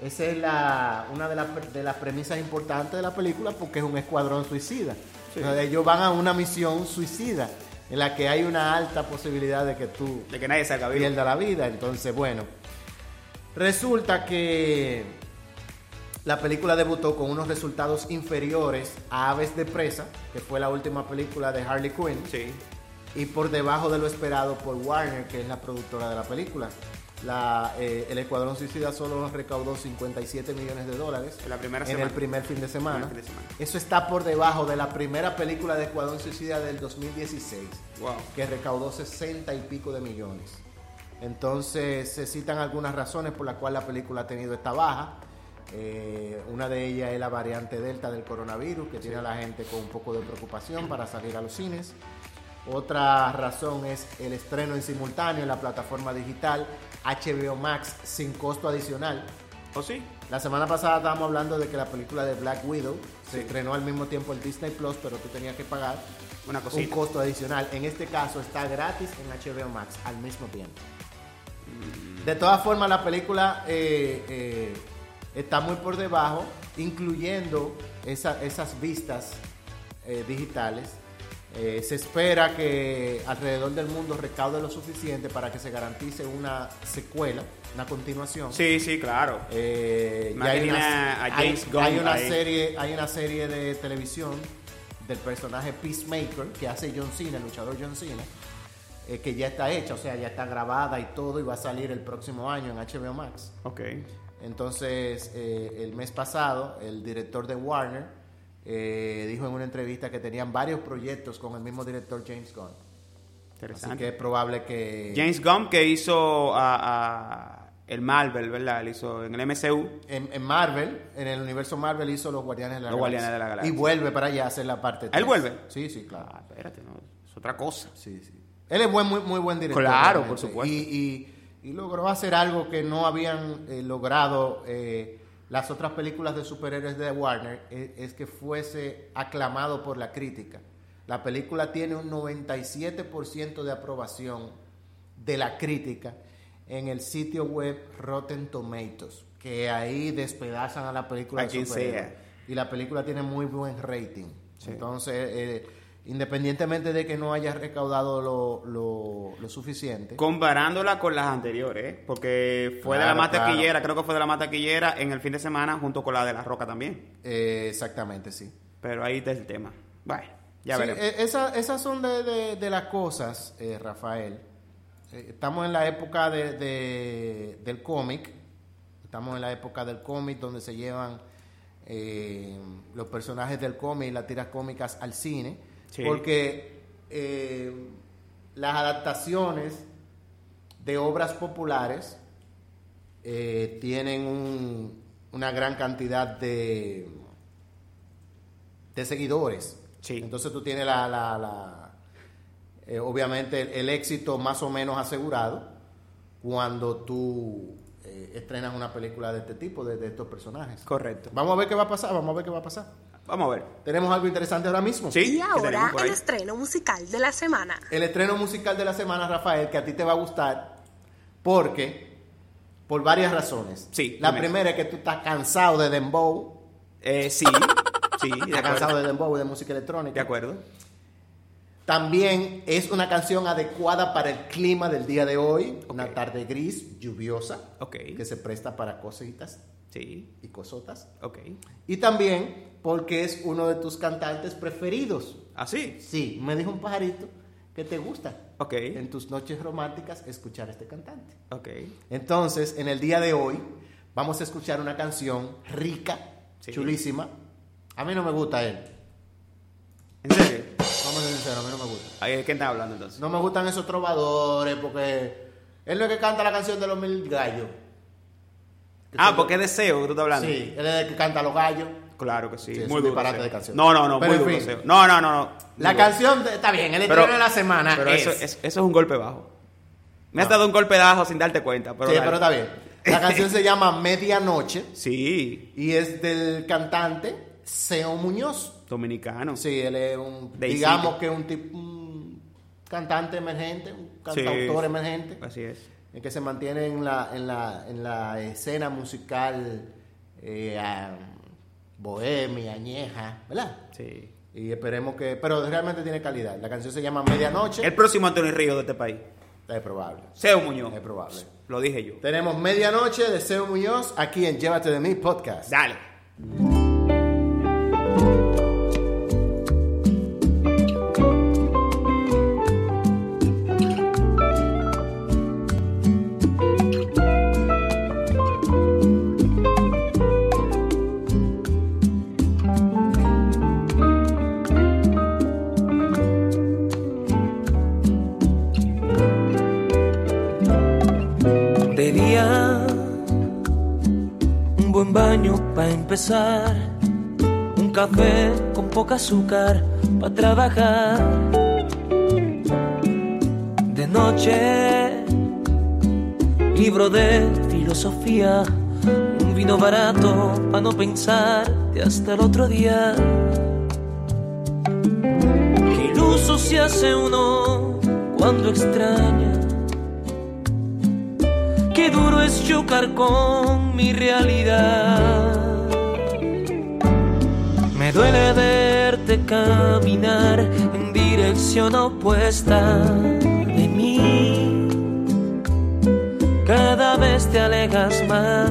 C: esa es la, una de, las pre- de las premisas importantes de la película porque es un escuadrón suicida.
D: Sí.
C: Entonces, ellos van a una misión suicida en la que hay una alta posibilidad de que tú
D: De que nadie salga vivo.
C: pierda la vida. Entonces, bueno, resulta que la película debutó con unos resultados inferiores a Aves de Presa, que fue la última película de Harley Quinn. Y por debajo de lo esperado por Warner, que es la productora de la película. La, eh, el Escuadrón Suicida solo recaudó 57 millones de dólares
D: En la primera
C: en
D: semana.
C: el primer fin de semana.
D: Primer fin de semana.
C: Eso está por debajo de la primera película de Escuadrón Suicida del 2016,
D: Wow.
C: que recaudó 60 y pico de millones. Entonces se citan algunas razones por las cuales la película ha tenido esta baja. Eh, una de ellas es la variante Delta del coronavirus, que tiene a la gente con un poco de preocupación para salir a los cines. Otra razón es el estreno en simultáneo en la plataforma digital HBO Max sin costo adicional.
D: ¿O sí?
C: La semana pasada estábamos hablando de que la película de Black Widow
D: Sí.
C: se estrenó al mismo tiempo en Disney Plus, pero tú tenías que pagar
D: Una cosita.
C: un costo adicional. En este caso está gratis en HBO Max al mismo tiempo.
D: Mm.
C: De todas formas, la película eh, eh, está muy por debajo, incluyendo esa- esas vistas eh, digitales. Eh, se espera que alrededor del mundo recaude lo suficiente para que se garantice una secuela, una continuación.
D: Sí, sí, claro.
C: Eh, ya hay
D: Imagina
C: una,
D: a
C: hay-
D: James
C: hay
D: Gunn
C: una
D: ahí.
C: serie, hay una serie de televisión del personaje Peacemaker que hace John Cena, el luchador John Cena, eh, que ya está hecha, o sea, ya está grabada y todo y va a salir el próximo año en HBO Max.
D: Ok.
C: Entonces, eh, el mes pasado, el director de Warner eh, dijo en una entrevista que tenían varios proyectos con el mismo director James Gunn. Así
D: Interesante.
C: que es probable que
D: James Gunn que hizo a, a- el Marvel, ¿verdad? Él hizo en el MCU.
C: en, en Marvel, en el universo Marvel hizo los Guardianes de la,
D: Los
C: Galaxia.
D: Guardianes de la Galaxia.
C: Y vuelve para allá a hacer la parte.
D: ¿Él
C: tres.
D: vuelve?
C: Sí, sí, claro.
D: Ah, espérate, no, es otra cosa.
C: Sí, sí. Él es buen, muy, muy buen director.
D: Claro, por
C: realmente.
D: supuesto.
C: Y, y- y logró hacer algo que no habían eh, logrado eh, las otras películas de superhéroes de Warner, eh, es que fuese aclamado por la crítica. La película tiene un 97% de aprobación de la crítica en el sitio web Rotten Tomatoes, que ahí despedazan a la película.
D: A
C: de
D: quien
C: superhéroes.
D: sea.
C: Y la película tiene muy buen rating. Entonces, eh, independientemente de que no haya recaudado lo, lo- lo suficiente.
D: Comparándola con las anteriores, ¿eh? porque fue de la
C: Claro,
D: más
C: claro.
D: taquillera, creo que fue de la más taquillera en el fin de semana junto con la de La Roca también.
C: eh, exactamente, sí.
D: Pero ahí está el tema. Bueno, ya
C: Sí,
D: veremos.
C: eh, esa- esas son de, de- de las cosas, eh, Rafael. Eh, estamos en la época de- de- del cómic. Estamos en la época del cómic donde se llevan eh, los personajes del cómic y las tiras cómicas al cine.
D: Sí.
C: Porque eh, las adaptaciones de obras populares eh, tienen un- una gran cantidad de, de seguidores. Entonces tú tienes la, la- la- eh, obviamente el, el éxito más o menos asegurado cuando tú eh, estrenas una película de este tipo, de, de estos personajes.
D: Correcto.
C: Vamos a ver qué va a pasar, vamos a ver qué va a pasar.
D: Vamos a ver.
C: Tenemos algo interesante ahora mismo.
D: Sí,
K: Y ahora el estreno musical de la semana.
C: El estreno musical de la semana, Rafael, que a ti te va a gustar, porque, por varias razones.
D: Sí,
C: La
D: dime.
C: primera es que tú estás cansado de Dembow.
D: Eh, sí, sí.
C: Estás cansado de Dembow, de música electrónica. De
D: acuerdo.
C: También es una canción adecuada para el clima del día de hoy. Una tarde gris, lluviosa. Que se presta para cositas.
D: Sí.
C: Y cosotas.
D: Ok.
C: Y también porque es uno de tus cantantes preferidos.
D: ¿Ah, sí?
C: Sí, me dijo un pajarito que te gusta
D: Ok.
C: en tus noches románticas escuchar a este cantante.
D: Ok.
C: Entonces, en el día de hoy, vamos a escuchar una canción rica, chulísima. A mí no me gusta él.
D: ¿En serio?
C: Vamos a ser sinceros, a mí no me gusta.
D: Ahí es que está hablando entonces.
C: No me gustan esos trovadores porque él no es que canta la canción de los mil gallos.
D: Ah, porque es deseo que tú estás hablando.
C: Sí, él es el que canta los gallos.
D: Claro que sí.
C: Sí, es
D: muy
C: un
D: duro.
C: disparate
D: Seo.
C: de canción.
D: No, no, no,
C: Pero,
D: muy
C: en
D: duro.
C: fin.
D: Seo. No, no, no, no.
C: La
D: Muy duro.
C: canción de- está bien, el
D: Pero-
C: estreno de la semana
D: Pero
C: es.
D: eso, es- eso es un golpe bajo. Me has dado un golpe bajo sin darte cuenta. Pero
C: sí,
D: dale.
C: pero está bien.
D: (laughs)
C: La canción se llama Medianoche.
D: Sí.
C: Y es del cantante Seo Muñoz.
D: Dominicano.
C: Sí, él es un,
D: De
C: digamos
D: Isidro.
C: que un tipo, un cantante emergente, un cantautor
D: Sí.
C: emergente,
D: Así es.
C: el que se mantiene en la, en la, en la escena musical eh, ah, bohemia, añeja, ¿verdad?
D: Sí.
C: Y esperemos que, pero realmente tiene calidad. La canción se llama Medianoche.
D: El próximo Antonio Ríos de este país.
C: Es probable.
D: Seo Muñoz.
C: Es probable.
D: Lo dije yo.
C: Tenemos Medianoche de Seo Muñoz aquí en Llévate de mí podcast.
D: Dale.
J: Tenía un buen baño para empezar, un café con poca azúcar para trabajar. De noche, libro de filosofía, un vino barato para no pensarte hasta el otro día. Qué iluso se hace uno cuando extraña. Qué duro es chocar con mi realidad. Me duele verte caminar en dirección opuesta de mí. Cada vez te alejas más.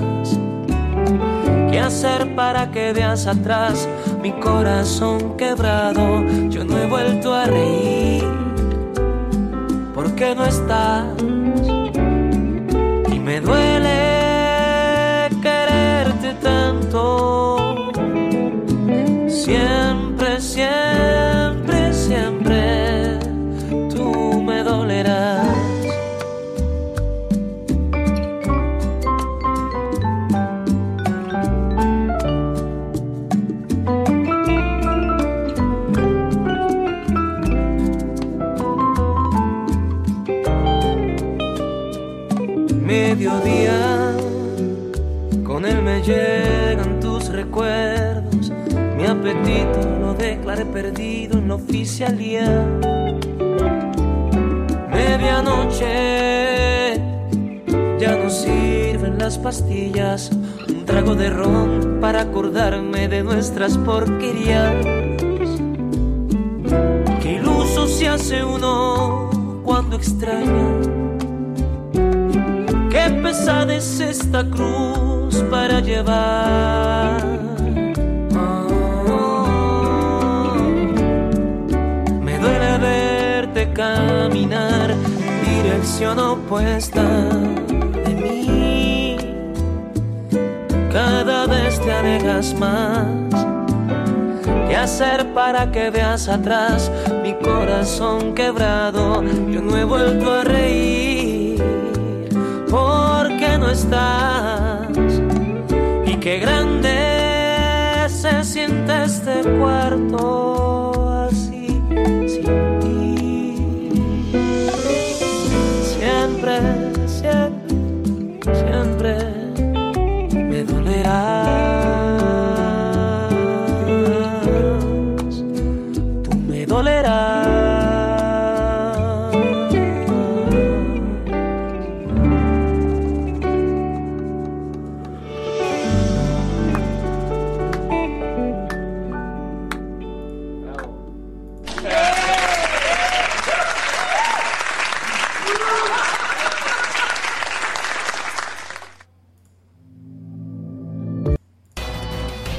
J: ¿Qué hacer para que veas atrás mi corazón quebrado? Yo no he vuelto a reír. ¿Por qué no estás? Y me duele quererte tanto. Siempre, siempre, siempre tú me dolerás. mediodía. Con él me llegan tus recuerdos. Mi apetito lo declaré perdido en la oficialía. Medianoche, ya no sirven las pastillas. Un trago de ron para acordarme de nuestras porquerías. Qué iluso se hace uno cuando extraña. Qué pesada es esta cruz para llevar. Oh. Me duele verte caminar en dirección opuesta de mí. Cada vez te alejas más. ¿Qué hacer para que veas atrás mi corazón quebrado? Yo no he vuelto a reír. porque no estás. Y qué grande se siente este cuarto así sin ti. Siempre, siempre, siempre me dolerás. Tú me dolerás.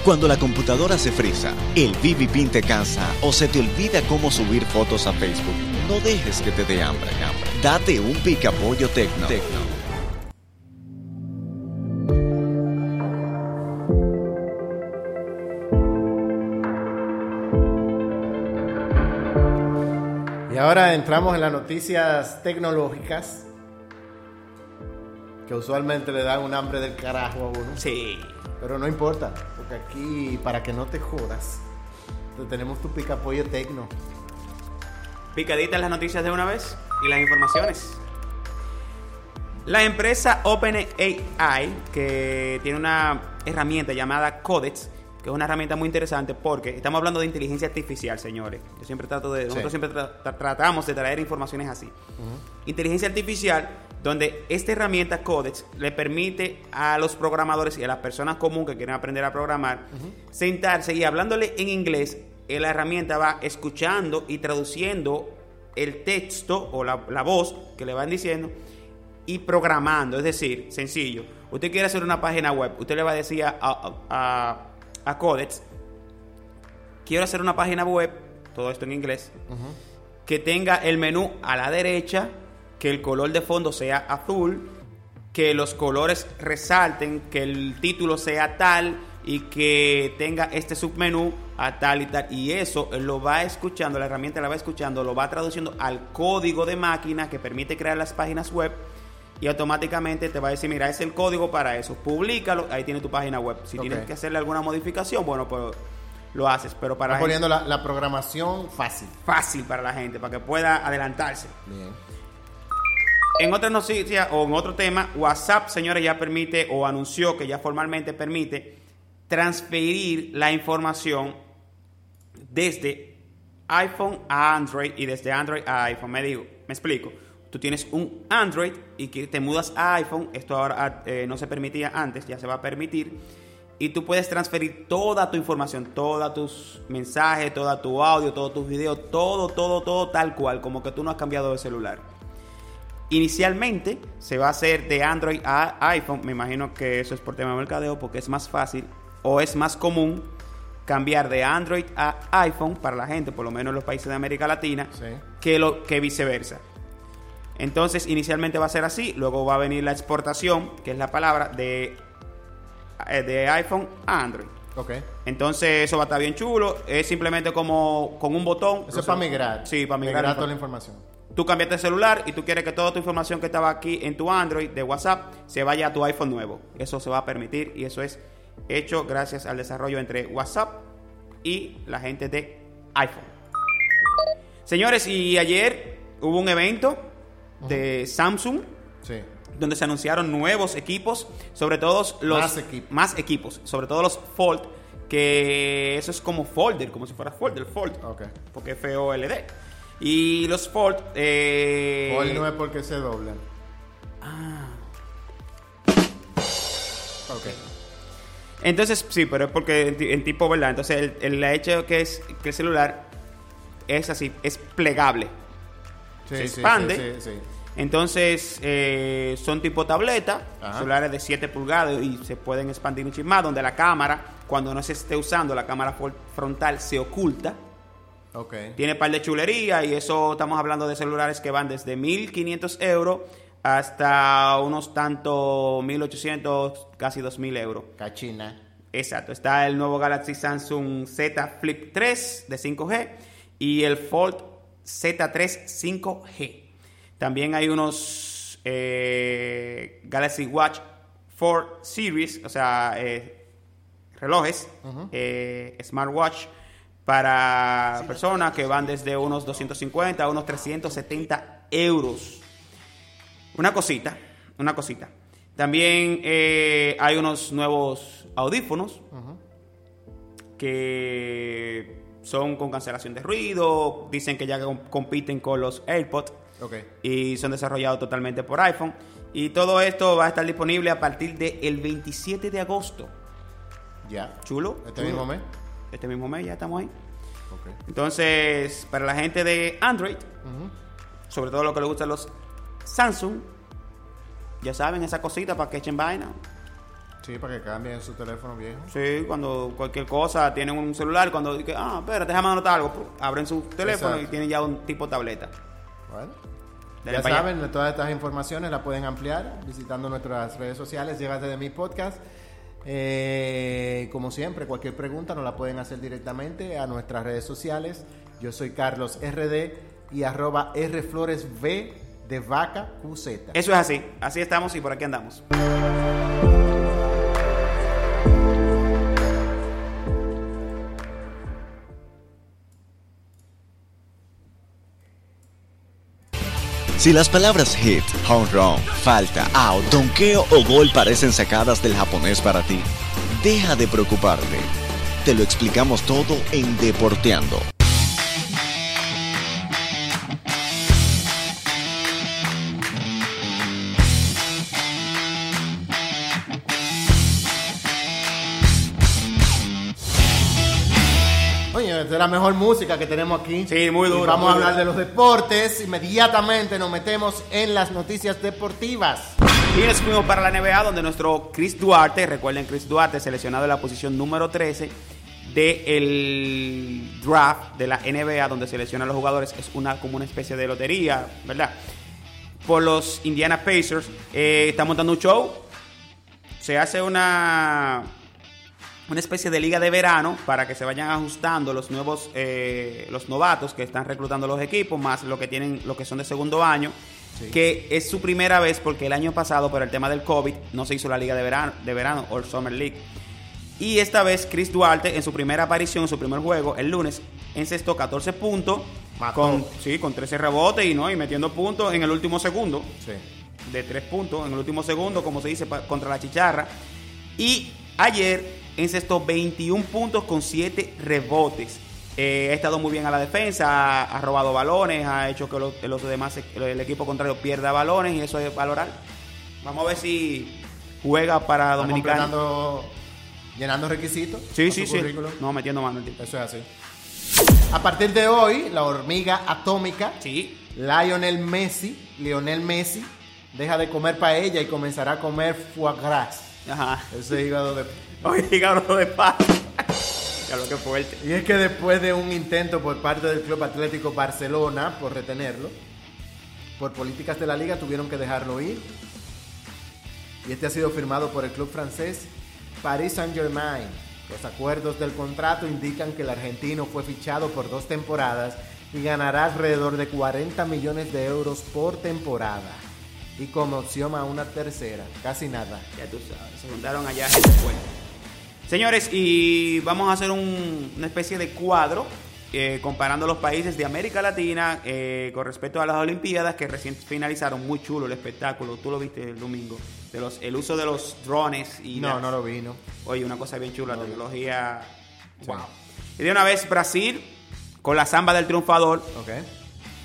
B: Cuando la computadora se frisa, el ViviPin te cansa o se te olvida cómo subir fotos a Facebook, no dejes que te dé hambre, hambre. Date un picapollo tecno.
C: Y ahora entramos en las noticias tecnológicas que usualmente le dan un hambre del carajo a uno.
D: Sí.
C: Pero no importa, porque aquí, para que no te jodas, te tenemos tu picapollo tecno.
D: Picaditas las noticias de una vez y las informaciones. La empresa OpenAI, que tiene una herramienta llamada Codex, que es una herramienta muy interesante porque estamos hablando de inteligencia artificial, señores. Yo siempre trato de, nosotros siempre tra- tra- tratamos de traer informaciones así. inteligencia artificial, donde esta herramienta Codex le permite a los programadores y a las personas comunes que quieren aprender a programar sentarse y hablándole en inglés, eh, la herramienta va escuchando y traduciendo el texto o la, la voz que le van diciendo y programando. Es decir, sencillo, usted quiere hacer una página web, usted le va a decir a, a, a- a Codex, quiero hacer una página web, todo esto en inglés, que tenga el menú a la derecha, que el color de fondo sea azul, que los colores resalten, que el título sea tal y que tenga este submenú a tal y tal. Y eso él lo va escuchando, la herramienta la va escuchando, lo va traduciendo al código de máquina que permite crear las páginas web. Y automáticamente te va a decir, mira, es el código para eso. Públicalo, ahí tiene tu página web. Si tienes
C: Ok.
D: que hacerle alguna modificación, bueno, pues lo haces. Pero para
C: Está
D: la gente-
C: poniendo la, la programación fácil.
D: fácil para la gente, para que pueda adelantarse. En otra noticia o en otro tema, WhatsApp, señores, ya permite o anunció que ya formalmente permite transferir la información desde iPhone a Android y desde Android a iPhone. Me digo, me explico. Tú tienes un Android y que te mudas a iPhone. Esto ahora eh, no se permitía antes, ya se va a permitir. Y tú puedes transferir toda tu información, todos tus mensajes, todo tu audio, todos tus videos, todo, todo, todo tal cual, como que tú no has cambiado de celular. Inicialmente se va a hacer de Android a iPhone. Me imagino que eso es por tema de mercadeo porque es más fácil o es más común cambiar de Android a iPhone para la gente, por lo menos en los países de América Latina, que, lo, que viceversa. Entonces, inicialmente va a ser así, luego va a venir la exportación, que es la palabra de, eh, de iPhone a Android.
C: Ok.
D: Entonces, eso va a estar bien chulo. Es simplemente como con un botón.
C: Eso es para migrar.
D: Sí, para migrar.
C: Migrar toda la
D: inform-
C: información.
D: Tú cambiaste el celular y tú quieres que toda tu información que estaba aquí en tu Android de WhatsApp se vaya a tu iPhone nuevo. Eso se va a permitir y eso es hecho gracias al desarrollo entre WhatsApp y la gente de iPhone. Señores, y ayer hubo un evento de Samsung
C: Sí.
D: donde se anunciaron nuevos equipos, sobre todo los
C: Más equipos.
D: más equipos, sobre todo los Fold, que eso es como folder, como si fuera folder, Fold, porque es FOLD. Y los Fold, eh,
C: Hoy no es porque se doblan. Ah. Ok.
D: Entonces, sí, pero es porque en, ti- en tipo, ¿verdad? Entonces, el, el hecho que es que el celular es así, es plegable.
C: Sí,
D: se
C: sí,
D: expande.
C: sí, sí, sí.
D: Entonces, eh, son tipo tableta,
C: Ajá.
D: celulares de 7 pulgadas y se pueden expandir un chismado donde la cámara, cuando no se esté usando, la cámara for- frontal se oculta.
C: Ok.
D: Tiene par de chulería y eso estamos hablando de celulares que van desde 1.500 euros hasta unos tantos 1.800, casi 2.000 euros.
C: Cachina.
D: Exacto. Está el nuevo Galaxy Samsung Z Flip 3 de 5G y el Fold Z3 5G. También hay unos eh, Galaxy Watch 4 Series, o sea, eh, relojes,
C: Ujú.
D: eh, smartwatch para personas que van desde unos 250 a unos 370 euros. Una cosita, una cosita. También eh, hay unos nuevos audífonos que son con cancelación de ruido, dicen que ya com- compiten con los AirPods
C: Ok.
D: y son desarrollados totalmente por iPhone. Y todo esto va a estar disponible a partir del 27 de agosto.
C: Ya.
D: Chulo.
C: Este
D: chulo.
C: mismo mes.
D: Este mismo mes, ya estamos ahí.
C: Ok.
D: Entonces, para la gente de Android,
C: Ujú.
D: sobre todo lo que le gustan los Samsung, ya saben, esa cosita para que echen vaina.
C: Sí, para que cambien su teléfono viejo.
D: Sí, cuando cualquier cosa tienen un celular, cuando dicen, ah, espera, déjame anotar algo, pru, abren su teléfono
C: Exacto.
D: y tienen ya un tipo tableta.
C: Bueno.
D: Dale
C: ya
D: pa' allá.
C: saben, todas estas informaciones las pueden ampliar visitando nuestras redes sociales, llévate de mi podcast. Eh, como siempre, cualquier pregunta nos la pueden hacer directamente a nuestras redes sociales. Yo soy Carlos RD y arroba Rflores V de vaca QZ.
D: Eso es así, así estamos y por aquí andamos.
B: Si las palabras hit, home run, falta, out, donkeo o gol parecen sacadas del japonés para ti, deja de preocuparte. Te lo explicamos todo en Deporteando.
C: Oye, esta es la mejor música que tenemos aquí.
D: Sí, muy duro,
C: Y vamos
D: muy
C: a hablar
D: duro.
C: de los deportes. Inmediatamente nos metemos en las noticias deportivas.
D: Y nos fuimos para la NBA donde nuestro Chris Duarte, recuerden Chris Duarte, seleccionado en la posición número 13 del draft de la NBA donde selecciona a los jugadores, es una como una especie de lotería, ¿verdad? Por los Indiana Pacers, eh, está montando un show, se hace una, una especie de liga de verano para que se vayan ajustando los nuevos, eh, los novatos que están reclutando los equipos, más lo que tienen, lo que son de segundo año que es su primera vez porque el año pasado por el tema del COVID no se hizo la liga de verano, de verano o el Summer League. Y esta vez Chris Duarte en su primera aparición, en su primer juego, el lunes, encestó 14 puntos con, sí, con 13 rebotes y, ¿no? y metiendo puntos en el último segundo
C: Sí.
D: de tres puntos en el último segundo, como se dice, pa- contra la chicharra. Y ayer encestó 21 puntos con 7 rebotes. Eh, ha estado muy bien a la defensa, ha, ha robado balones, ha hecho que los, los demás, el equipo contrario pierda balones y eso es valorar. Vamos a ver si juega para
C: Está
D: Dominicana.
C: completando- llenando requisitos.
D: Sí,
C: con
D: sí,
C: su
D: sí.
C: currículum.
D: No, metiendo mano. pues.
C: Eso es así. A partir de hoy, la hormiga atómica, Lionel Messi, Lionel Messi, deja de comer paella y comenzará a comer foie gras.
D: Ajá. (laughs)
C: Ese hígado de...
D: Oye, hígado de paz. (laughs) Ya lo que fuerte.
C: Y es que después de un intento por parte del Club Atlético Barcelona por retenerlo, por políticas de la liga tuvieron que dejarlo ir. Y este ha sido firmado por el club francés Paris Saint-Germain. Los acuerdos del contrato indican que el argentino fue fichado por dos temporadas y ganará alrededor de 40 millones de euros por temporada. Y como opción a una tercera, casi nada.
D: Ya tú sabes, se juntaron allá gente fuerte. Señores, y vamos a hacer un- una especie de cuadro eh, comparando los países de América Latina eh, con respecto a las Olimpiadas que recién finalizaron. Muy chulo el espectáculo, tú lo viste el domingo. De los, el uso de los drones y.
C: No,
D: las-
C: no lo vi, ¿no?
D: Oye, una cosa bien chula, la tecnología.
C: Sí.
D: Wow. Y de una vez, Brasil con la samba del triunfador
C: Ok.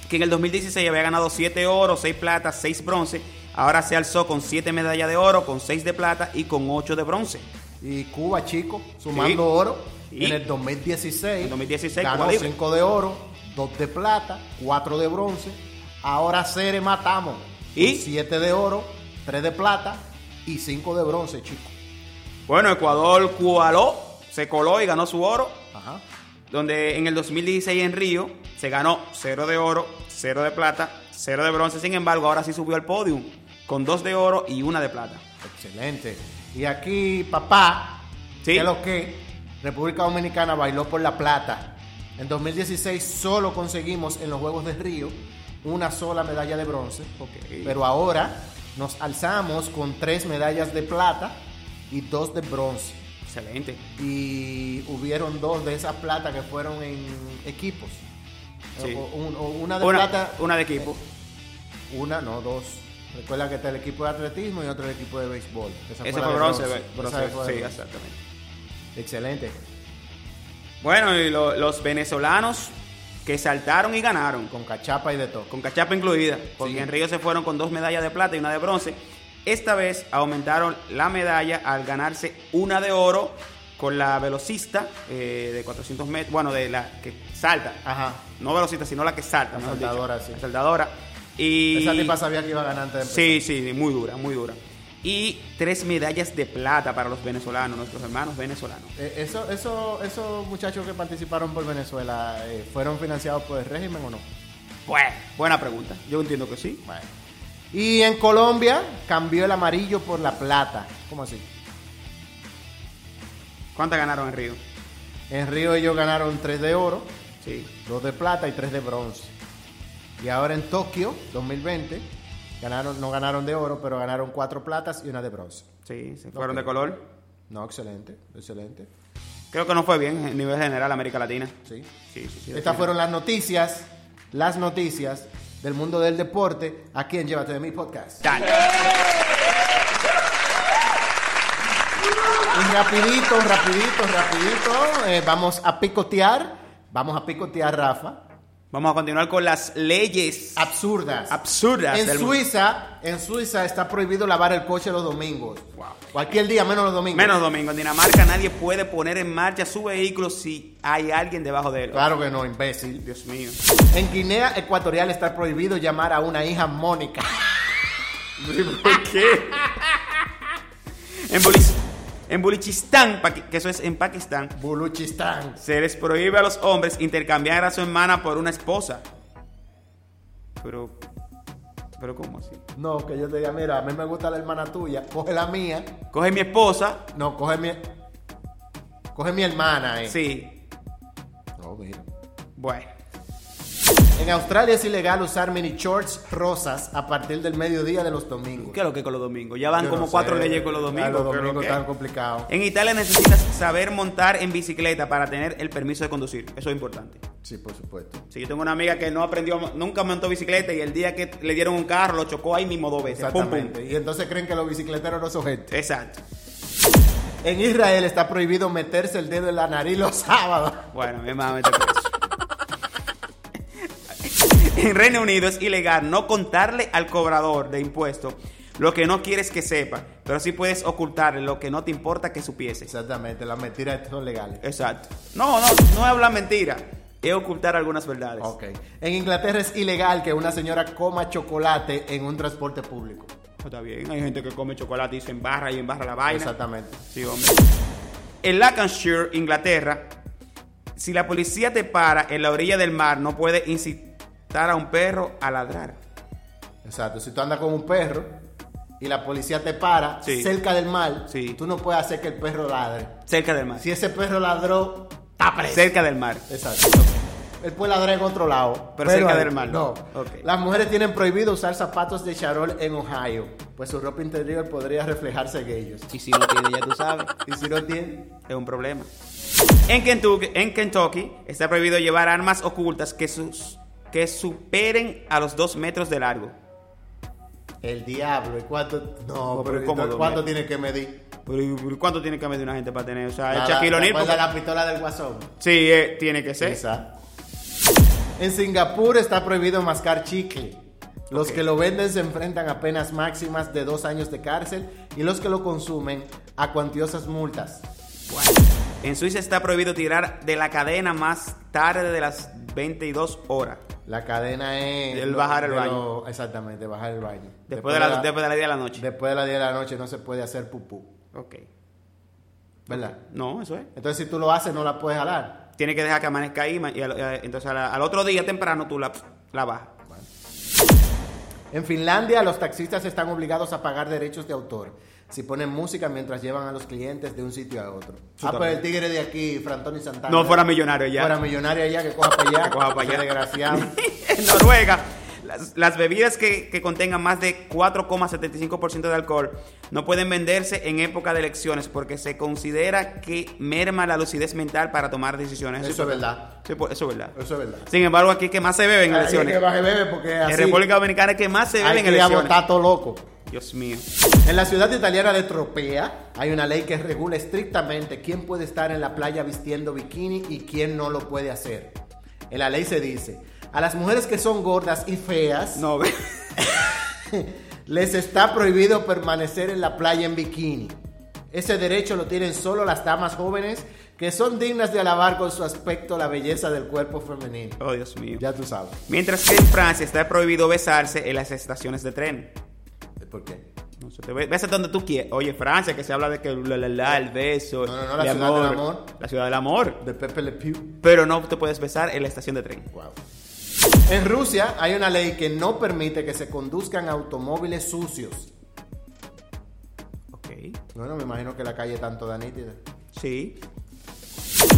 D: que en el 2016 había ganado 7 oro, 6 plata, 6 bronce. Ahora se alzó con 7 medallas de oro, con 6 de plata y con 8 de bronce.
C: Y Cuba, chico, sumando oro en el 2016.
D: En 2016
C: Ganó
D: Cuba libre.
C: 5 de oro, 2 de plata, 4 de bronce. Ahora Cere matamos. Y 7 de oro, 3 de plata y 5 de bronce, chico.
D: Bueno, Ecuador cualó, se coló y ganó su oro.
C: Ajá.
D: Donde en el 2016 en Río se ganó 0 de oro, 0 de plata, 0 de bronce. Sin embargo, ahora sí subió al podium con 2 de oro y 1 de plata.
C: Excelente. Y aquí, papá, ¿qué es lo que? República Dominicana bailó por la plata. En 2016 solo conseguimos en los Juegos de Río una sola medalla de bronce. Pero ahora nos alzamos con tres medallas de plata y dos de bronce.
D: Excelente.
C: Y hubieron dos de esas plata que fueron en equipos.
D: Sí.
C: O- o un- o una de
D: Una-
C: plata.
D: una de equipo.
C: eh, una, no, dos. Recuerda que está el equipo de atletismo y otro el equipo de béisbol.
D: Ese
C: la
D: fue
C: de
D: bronce,
C: Esa
D: bronce,
C: fue
D: sí,
C: de-
D: exactamente.
C: Excelente.
D: Bueno, y lo- los venezolanos que saltaron y ganaron.
C: Con cachapa y de todo.
D: Con cachapa incluida. Porque en Río se fueron con dos medallas de plata y una de bronce. Esta vez aumentaron la medalla al ganarse una de oro con la velocista eh, de 400 metros. Bueno, de la que salta.
C: Ajá.
D: No velocista, sino la que salta.
C: La
D: mejor
C: saltadora,
D: dicho. La saltadora. Y
C: Esa tipa sabía que iba a ganar antes de empezar.
D: Sí, sí, muy dura, muy dura. Y tres medallas de plata para los venezolanos, nuestros hermanos venezolanos.
C: Eh, eso, eso, esos muchachos que participaron por Venezuela, eh, ¿fueron financiados por el régimen o no?
D: Bueno, buena pregunta. Yo entiendo que sí.
C: Y en Colombia cambió el amarillo por la plata. ¿Cómo así?
D: ¿Cuántas ganaron en Río?
C: En Río ellos ganaron 3 de oro,
D: sí.
C: 2 de plata y 3 de bronce. Y ahora en Tokio, 2020, ganaron, no ganaron de oro, pero ganaron 4 platas y una de bronce.
D: Sí, se fueron de color.
C: No, excelente, excelente.
D: Creo que no fue bien a nivel general América Latina.
C: Sí.
D: Sí, sí, sí.
C: Estas fueron las noticias, las noticias del mundo del deporte aquí en Llévate de mi podcast. Y rapidito, rapidito, rapidito, eh, vamos a picotear, vamos a picotear, Rafa.
D: Vamos a continuar con las leyes
C: absurdas.
D: Absurdas.
C: En
D: del mundo.
C: Suiza, en Suiza está prohibido lavar el coche los domingos. Cualquier día, menos los domingos.
D: Menos domingo. En Dinamarca nadie puede poner en marcha su vehículo si hay alguien debajo de él.
C: Claro que no, imbécil.
D: Dios mío.
C: En Guinea Ecuatorial está prohibido llamar a una hija Mónica. (laughs)
D: ¿Por qué? En, Bulis- en Bulichistán, Paqui- que eso es en Pakistán.
C: Buluchistán.
D: Se les prohíbe a los hombres intercambiar a su hermana por una esposa. Pero. Pero, ¿cómo así?
C: No, que yo te diga, mira, a mí me gusta la hermana tuya, coge la mía.
D: Coge mi esposa.
C: No, coge mi. Coge mi hermana, eh.
D: Sí.
C: No, mira.
D: Bueno.
C: En Australia es ilegal usar mini shorts rosas a partir del mediodía de los domingos.
D: ¿Qué es lo que con los domingos? Ya van
C: Yo
D: como
C: no
D: cuatro
C: sé,
D: leyes con los
C: ya
D: domingos.
C: Los
D: pero
C: domingos
D: ¿qué?
C: están complicados.
D: En Italia necesitas saber montar en bicicleta para tener el permiso de conducir. Eso es importante.
C: Sí, por supuesto.
D: Si yo tengo una amiga que no aprendió, nunca montó bicicleta y el día que le dieron un carro lo chocó ahí mismo dos veces. Pum, pum.
C: Exactamente. Y entonces creen que los bicicleteros no son gente.
D: Exacto.
C: En Israel está prohibido meterse el dedo en la nariz los (laughs) sábados.
D: Bueno, mi mamá me está (laughs) En Reino Unido es ilegal no contarle al cobrador de impuestos lo que no quieres que sepa, pero sí puedes ocultarle lo que no te importa que supiese.
C: Exactamente, las mentiras son legales.
D: Exacto. No, no, no es hablar mentira, es ocultar algunas verdades.
C: Ok. En Inglaterra es ilegal que una señora coma chocolate en un transporte público.
D: Está bien, hay gente que come chocolate y se embarra y embarra la vaina.
C: Exactamente.
D: Sí, hombre. En Lancashire, Inglaterra, si la policía te para en la orilla del mar, no puede incitar a un perro a ladrar.
C: Exacto. Si tú andas con un perro y la policía te para cerca del mar, tú no puedes hacer que el perro ladre.
D: Cerca del mar.
C: Si ese perro ladró, está preso.
D: Cerca del mar.
C: Exacto. Él puede ladrar en otro lado.
D: Pero cerca del
C: ahí-
D: mar.
C: No.
D: Ok.
C: Las mujeres tienen prohibido usar zapatos de charol en Ohio, pues su ropa interior podría reflejarse en ellos.
D: Y si no tiene, ya tú sabes.
C: Y si no tiene,
D: es un problema. En Kentucky, en Kentucky está prohibido llevar armas ocultas que, sus, que superen a los dos metros de largo.
C: el diablo. ¿Y cuánto? No,
D: No, pero
C: pero
D: ¿cómo
C: entonces,
D: lo
C: ¿cuánto
D: mira?
C: tiene que medir?
D: Pero, ¿y por ¿Cuánto tiene que medir una gente para tener? O sea,
C: La-
D: el Shaquille
C: la-
D: O'Neal,
C: ¿te acuerdas
D: porque-
C: la pistola del guasón.
D: Sí, eh, tiene que ser.
C: Esa. En Singapur está prohibido mascar chicle. Los que lo venden se enfrentan a penas máximas de dos años de cárcel y los que lo consumen a cuantiosas multas.
D: En Suiza está prohibido tirar de la cadena más tarde de las 22 horas.
C: La cadena es.
D: El bajar el
C: de
D: baño.
C: lo- exactamente, bajar el baño.
D: Después de la- después de la 10 de la noche.
C: Después de la 10 de la noche no se puede hacer pupú.
D: Ok.
C: ¿Verdad?
D: No, eso es.
C: Entonces, si tú lo haces, no la puedes jalar.
D: Tiene que dejar que amanezca ahí ma- y al- eh, entonces al, al otro día temprano tú la, la bajas.
C: En Finlandia, los taxistas están obligados a pagar derechos de autor si ponen música mientras llevan a los clientes de un sitio a otro.
D: Eso
C: ah, pero
D: también.
C: el tigre de aquí, Frantoni Santana.
D: No, fuera millonario ya. (laughs)
C: Fuera millonario ya, que coja para allá.
D: Que coja para (laughs)
C: ese
D: allá.
C: Desgraciado.
D: En Noruega, la- Las, las bebidas que, que contengan más de 4,75% de alcohol no pueden venderse en época de elecciones porque se considera que merma la lucidez mental para tomar decisiones.
C: Eso es verdad.
D: Sí, pues, eso es verdad.
C: Eso es verdad.
D: Sin embargo, aquí es que más se bebe en
C: Ahí es
D: elecciones.
C: que más se bebe porque así-
D: en República Dominicana es que más se bebe
C: Hay
D: en
C: que ir a
D: elecciones.
C: votar todo loco.
D: Dios mío.
C: En la ciudad italiana de Tropea hay una ley que regula estrictamente quién puede estar en la playa vistiendo bikini y quién no lo puede hacer. En la ley se dice, a las mujeres que son gordas y feas, les está prohibido permanecer en la playa en bikini. Ese derecho lo tienen solo las damas jóvenes que son dignas de alabar con su aspecto la belleza del cuerpo femenino.
D: (laughs) Oh, Dios mío.
C: Ya tú sabes.
D: Mientras que en Francia está prohibido besarse en las estaciones de tren.
C: ¿Por qué?
D: No se te ve- besa donde tú quieras. Oye, Francia, que se habla de que la, la, la, el beso.
C: No, no, no, la
D: el
C: ciudad del amor.
D: La ciudad del amor.
C: De Pepe Le Pew.
D: Pero no te puedes besar en la estación de tren.
C: En Rusia hay una ley que no permite que se conduzcan automóviles sucios.
D: Ok.
C: Bueno, me imagino que la calle tanto da nítida.
D: Sí.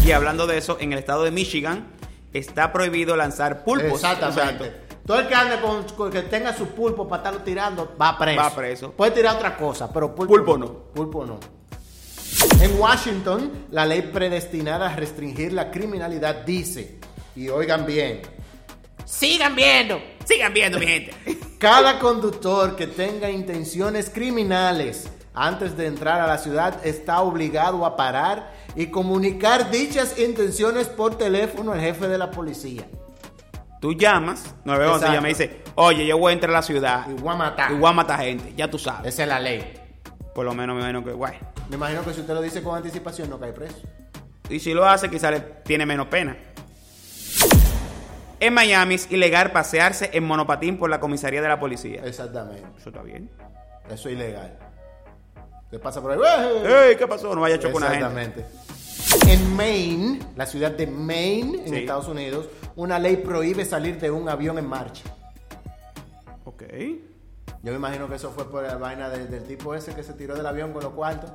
D: Y hablando de eso, en el estado de Michigan está prohibido lanzar pulpos.
C: Exactamente. Todo el que ande con, con- que tenga su pulpo para estarlo tirando va preso.
D: Va preso.
C: Puede tirar otra cosa, pero pulpo,
D: Pulpo no.
C: Pulpo no. En Washington, la ley predestinada a restringir la criminalidad dice, y oigan bien,
D: Sigan viendo. Sigan viendo, mi gente.
C: (laughs) Cada conductor que tenga intenciones criminales antes de entrar a la ciudad está obligado a parar y comunicar dichas intenciones por teléfono al jefe de la policía.
D: Tú llamas, 911
C: Exacto.
D: llama y dice, oye, yo voy a entrar a la ciudad. Y
C: voy a matar.
D: gente, ya tú sabes.
C: Esa es la ley.
D: Por lo menos me imagino que, guay.
C: Me imagino que si usted lo dice con anticipación no cae preso.
D: Y si lo hace, quizá le tiene menos pena. En Miami es ilegal pasearse en monopatín por la comisaría de la policía.
C: Exactamente.
D: Eso está bien.
C: Eso es ilegal. Te pasa por ahí. ¡eh!
D: ¡Ey! ¿Qué pasó? No vaya a chocar una gente.
C: Exactamente. En Maine, la ciudad de Maine, en
D: Sí.
C: Estados Unidos, una ley prohíbe salir de un avión en marcha.
D: Ok.
C: Yo me imagino que eso fue por la vaina de- del tipo ese que se tiró del avión con los cuartos.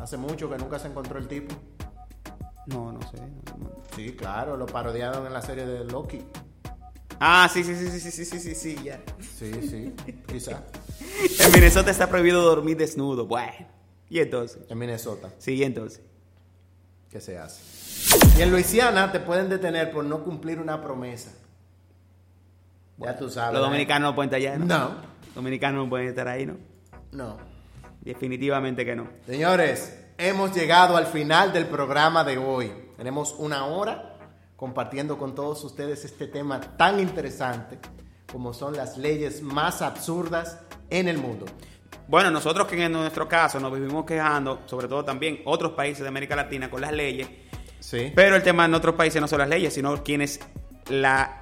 C: Hace mucho que nunca se encontró el tipo.
D: No, no sé.
C: Sí, claro, lo parodiaron en la serie de Loki.
D: Ah, sí, sí, sí, sí, sí, sí, sí, sí, sí, ya.
C: Sí, sí, (laughs) quizá.
D: En Minnesota está prohibido dormir desnudo. Bueno. ¿Y entonces?
C: En Minnesota.
D: Sí, ¿y entonces.
C: ¿Qué se hace? Y en Luisiana te pueden detener por no cumplir una promesa. ya tú sabes.
D: Los
C: ¿eh?
D: dominicanos no pueden estar allá.
C: No.
D: Los dominicanos no pueden estar ahí, ¿no?
C: ¿eh? No.
D: Definitivamente que no.
C: Señores, hemos llegado al final del programa de hoy. Tenemos una hora compartiendo con todos ustedes este tema tan interesante como son las leyes más absurdas en el mundo.
D: Bueno, nosotros que en nuestro caso nos vivimos quejando, sobre todo también otros países de América Latina con las leyes.
C: Sí.
D: Pero el tema en otros países no son las leyes, sino quienes la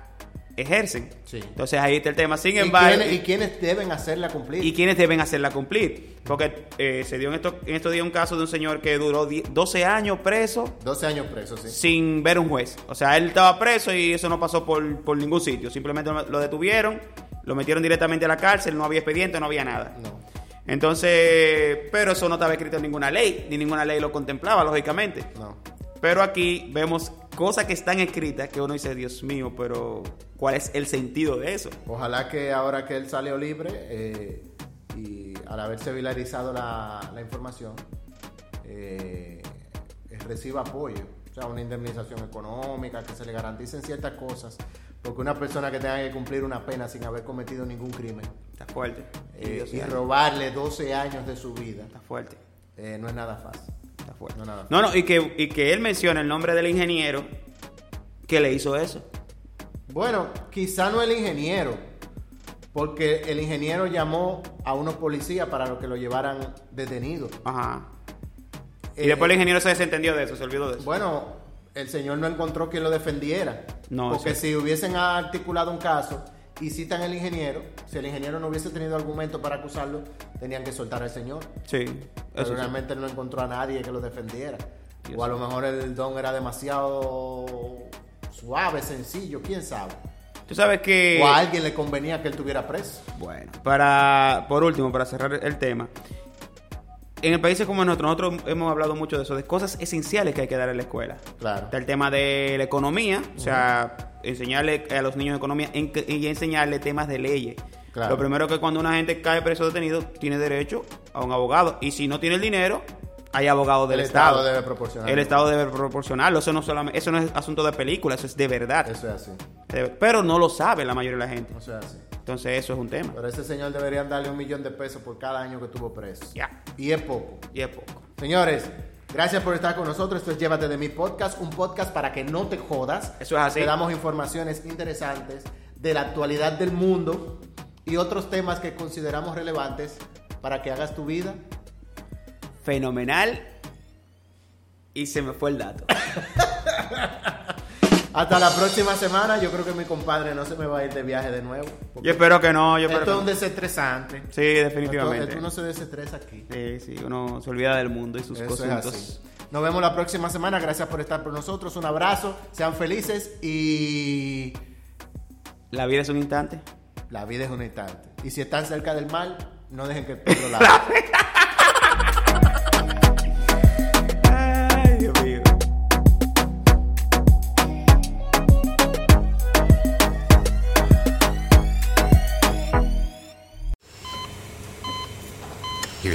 D: ejercen. Entonces ahí está el tema. Sin
C: ¿Y,
D: embargo,
C: quiénes, y quiénes deben hacerla cumplir?
D: y quienes deben hacerla cumplir. Porque eh, se dio en, esto, en estos días un caso de un señor que duró die- 12 años preso
C: 12 años preso, sí.
D: sin ver un juez. O sea, él estaba preso y eso no pasó por, por ningún sitio. Simplemente lo detuvieron, lo metieron directamente a la cárcel, no había expediente, no había nada. Entonces, pero eso no estaba escrito en ninguna ley, ni ninguna ley lo contemplaba, lógicamente.
C: No.
D: Pero aquí vemos cosas que están escritas que uno dice, Dios mío, pero ¿cuál es el sentido de eso?
C: Ojalá que ahora que él salió libre eh, y al haberse viralizado la, la información, eh, reciba apoyo, o sea, una indemnización económica, que se le garanticen ciertas cosas, porque una persona que tenga que cumplir una pena sin haber cometido ningún crimen
D: Está fuerte.
C: eh,
D: Dios
C: y
D: mío.
C: robarle 12 años de su vida
D: Está fuerte.
C: eh, no es nada fácil.
D: Está fuerte.
C: No es nada fácil.
D: No, no, y que, y que él menciona el nombre del ingeniero que le hizo eso.
C: Bueno, quizá no el ingeniero, porque el ingeniero llamó a unos policías para lo que lo llevaran detenido.
D: Ajá. Y
C: Eh,
D: después el ingeniero se desentendió de eso, se olvidó de eso.
C: Bueno, el señor no encontró quien lo defendiera.
D: No,
C: porque
D: sí.
C: si hubiesen articulado un caso y citan al ingeniero, si el ingeniero no hubiese tenido argumento para acusarlo, tenían que soltar al señor.
D: Sí.
C: Pero
D: eso sí.
C: realmente no encontró a nadie que lo defendiera. o a lo mejor el don era demasiado suave, sencillo, quién sabe.
D: Tú sabes que...
C: O a alguien le convenía que él tuviera preso.
D: Bueno. Para, por último, para cerrar el tema, en países como nosotros, nosotros hemos hablado mucho de eso, de cosas esenciales que hay que dar en la escuela.
C: Claro.
D: Está el tema de la economía, o sea, enseñarle a los niños economía en- y enseñarle temas de leyes.
C: Claro.
D: Lo primero que cuando una gente cae preso detenido, tiene derecho a un abogado. Y si no tiene el dinero, hay abogados del
C: El
D: Estado.
C: Estado debe proporcionarlo.
D: El Estado debe proporcionarlo. Eso no, solamente, eso no es asunto de película, eso es de verdad.
C: Eso es así.
D: Pero no lo sabe la mayoría de la gente.
C: Eso es así.
D: Entonces eso es un tema.
C: Pero a ese señor deberían darle un millón de pesos por cada año que estuvo preso.
D: Ya.
C: Y es poco.
D: Y es poco.
C: Señores, gracias por estar con nosotros. Esto es Llévate de mi podcast, un podcast para que no te jodas.
D: Eso es así.
C: Te damos informaciones interesantes de la actualidad del mundo y otros temas que consideramos relevantes para que hagas tu vida.
D: Fenomenal. Y se me fue el dato.
C: Hasta la próxima semana. Yo creo que mi compadre no se me va a ir de viaje de nuevo. porque
D: Yo espero que no, yo espero
C: Esto es
D: que
C: un
D: no.
C: desestresante.
D: Sí, definitivamente.
C: Esto- esto no se desestresa aquí.
D: Sí, sí, uno se olvida del mundo y sus
C: Eso es así.
D: cositas.
C: Nos vemos la próxima semana. Gracias por estar con nosotros. Un abrazo. Sean felices y
D: La vida es un instante.
C: la vida es un instante. Y si están cerca del mal, no dejen que el pueblo la haga.
D: (laughs) Ay, Dios mío.
A: Hear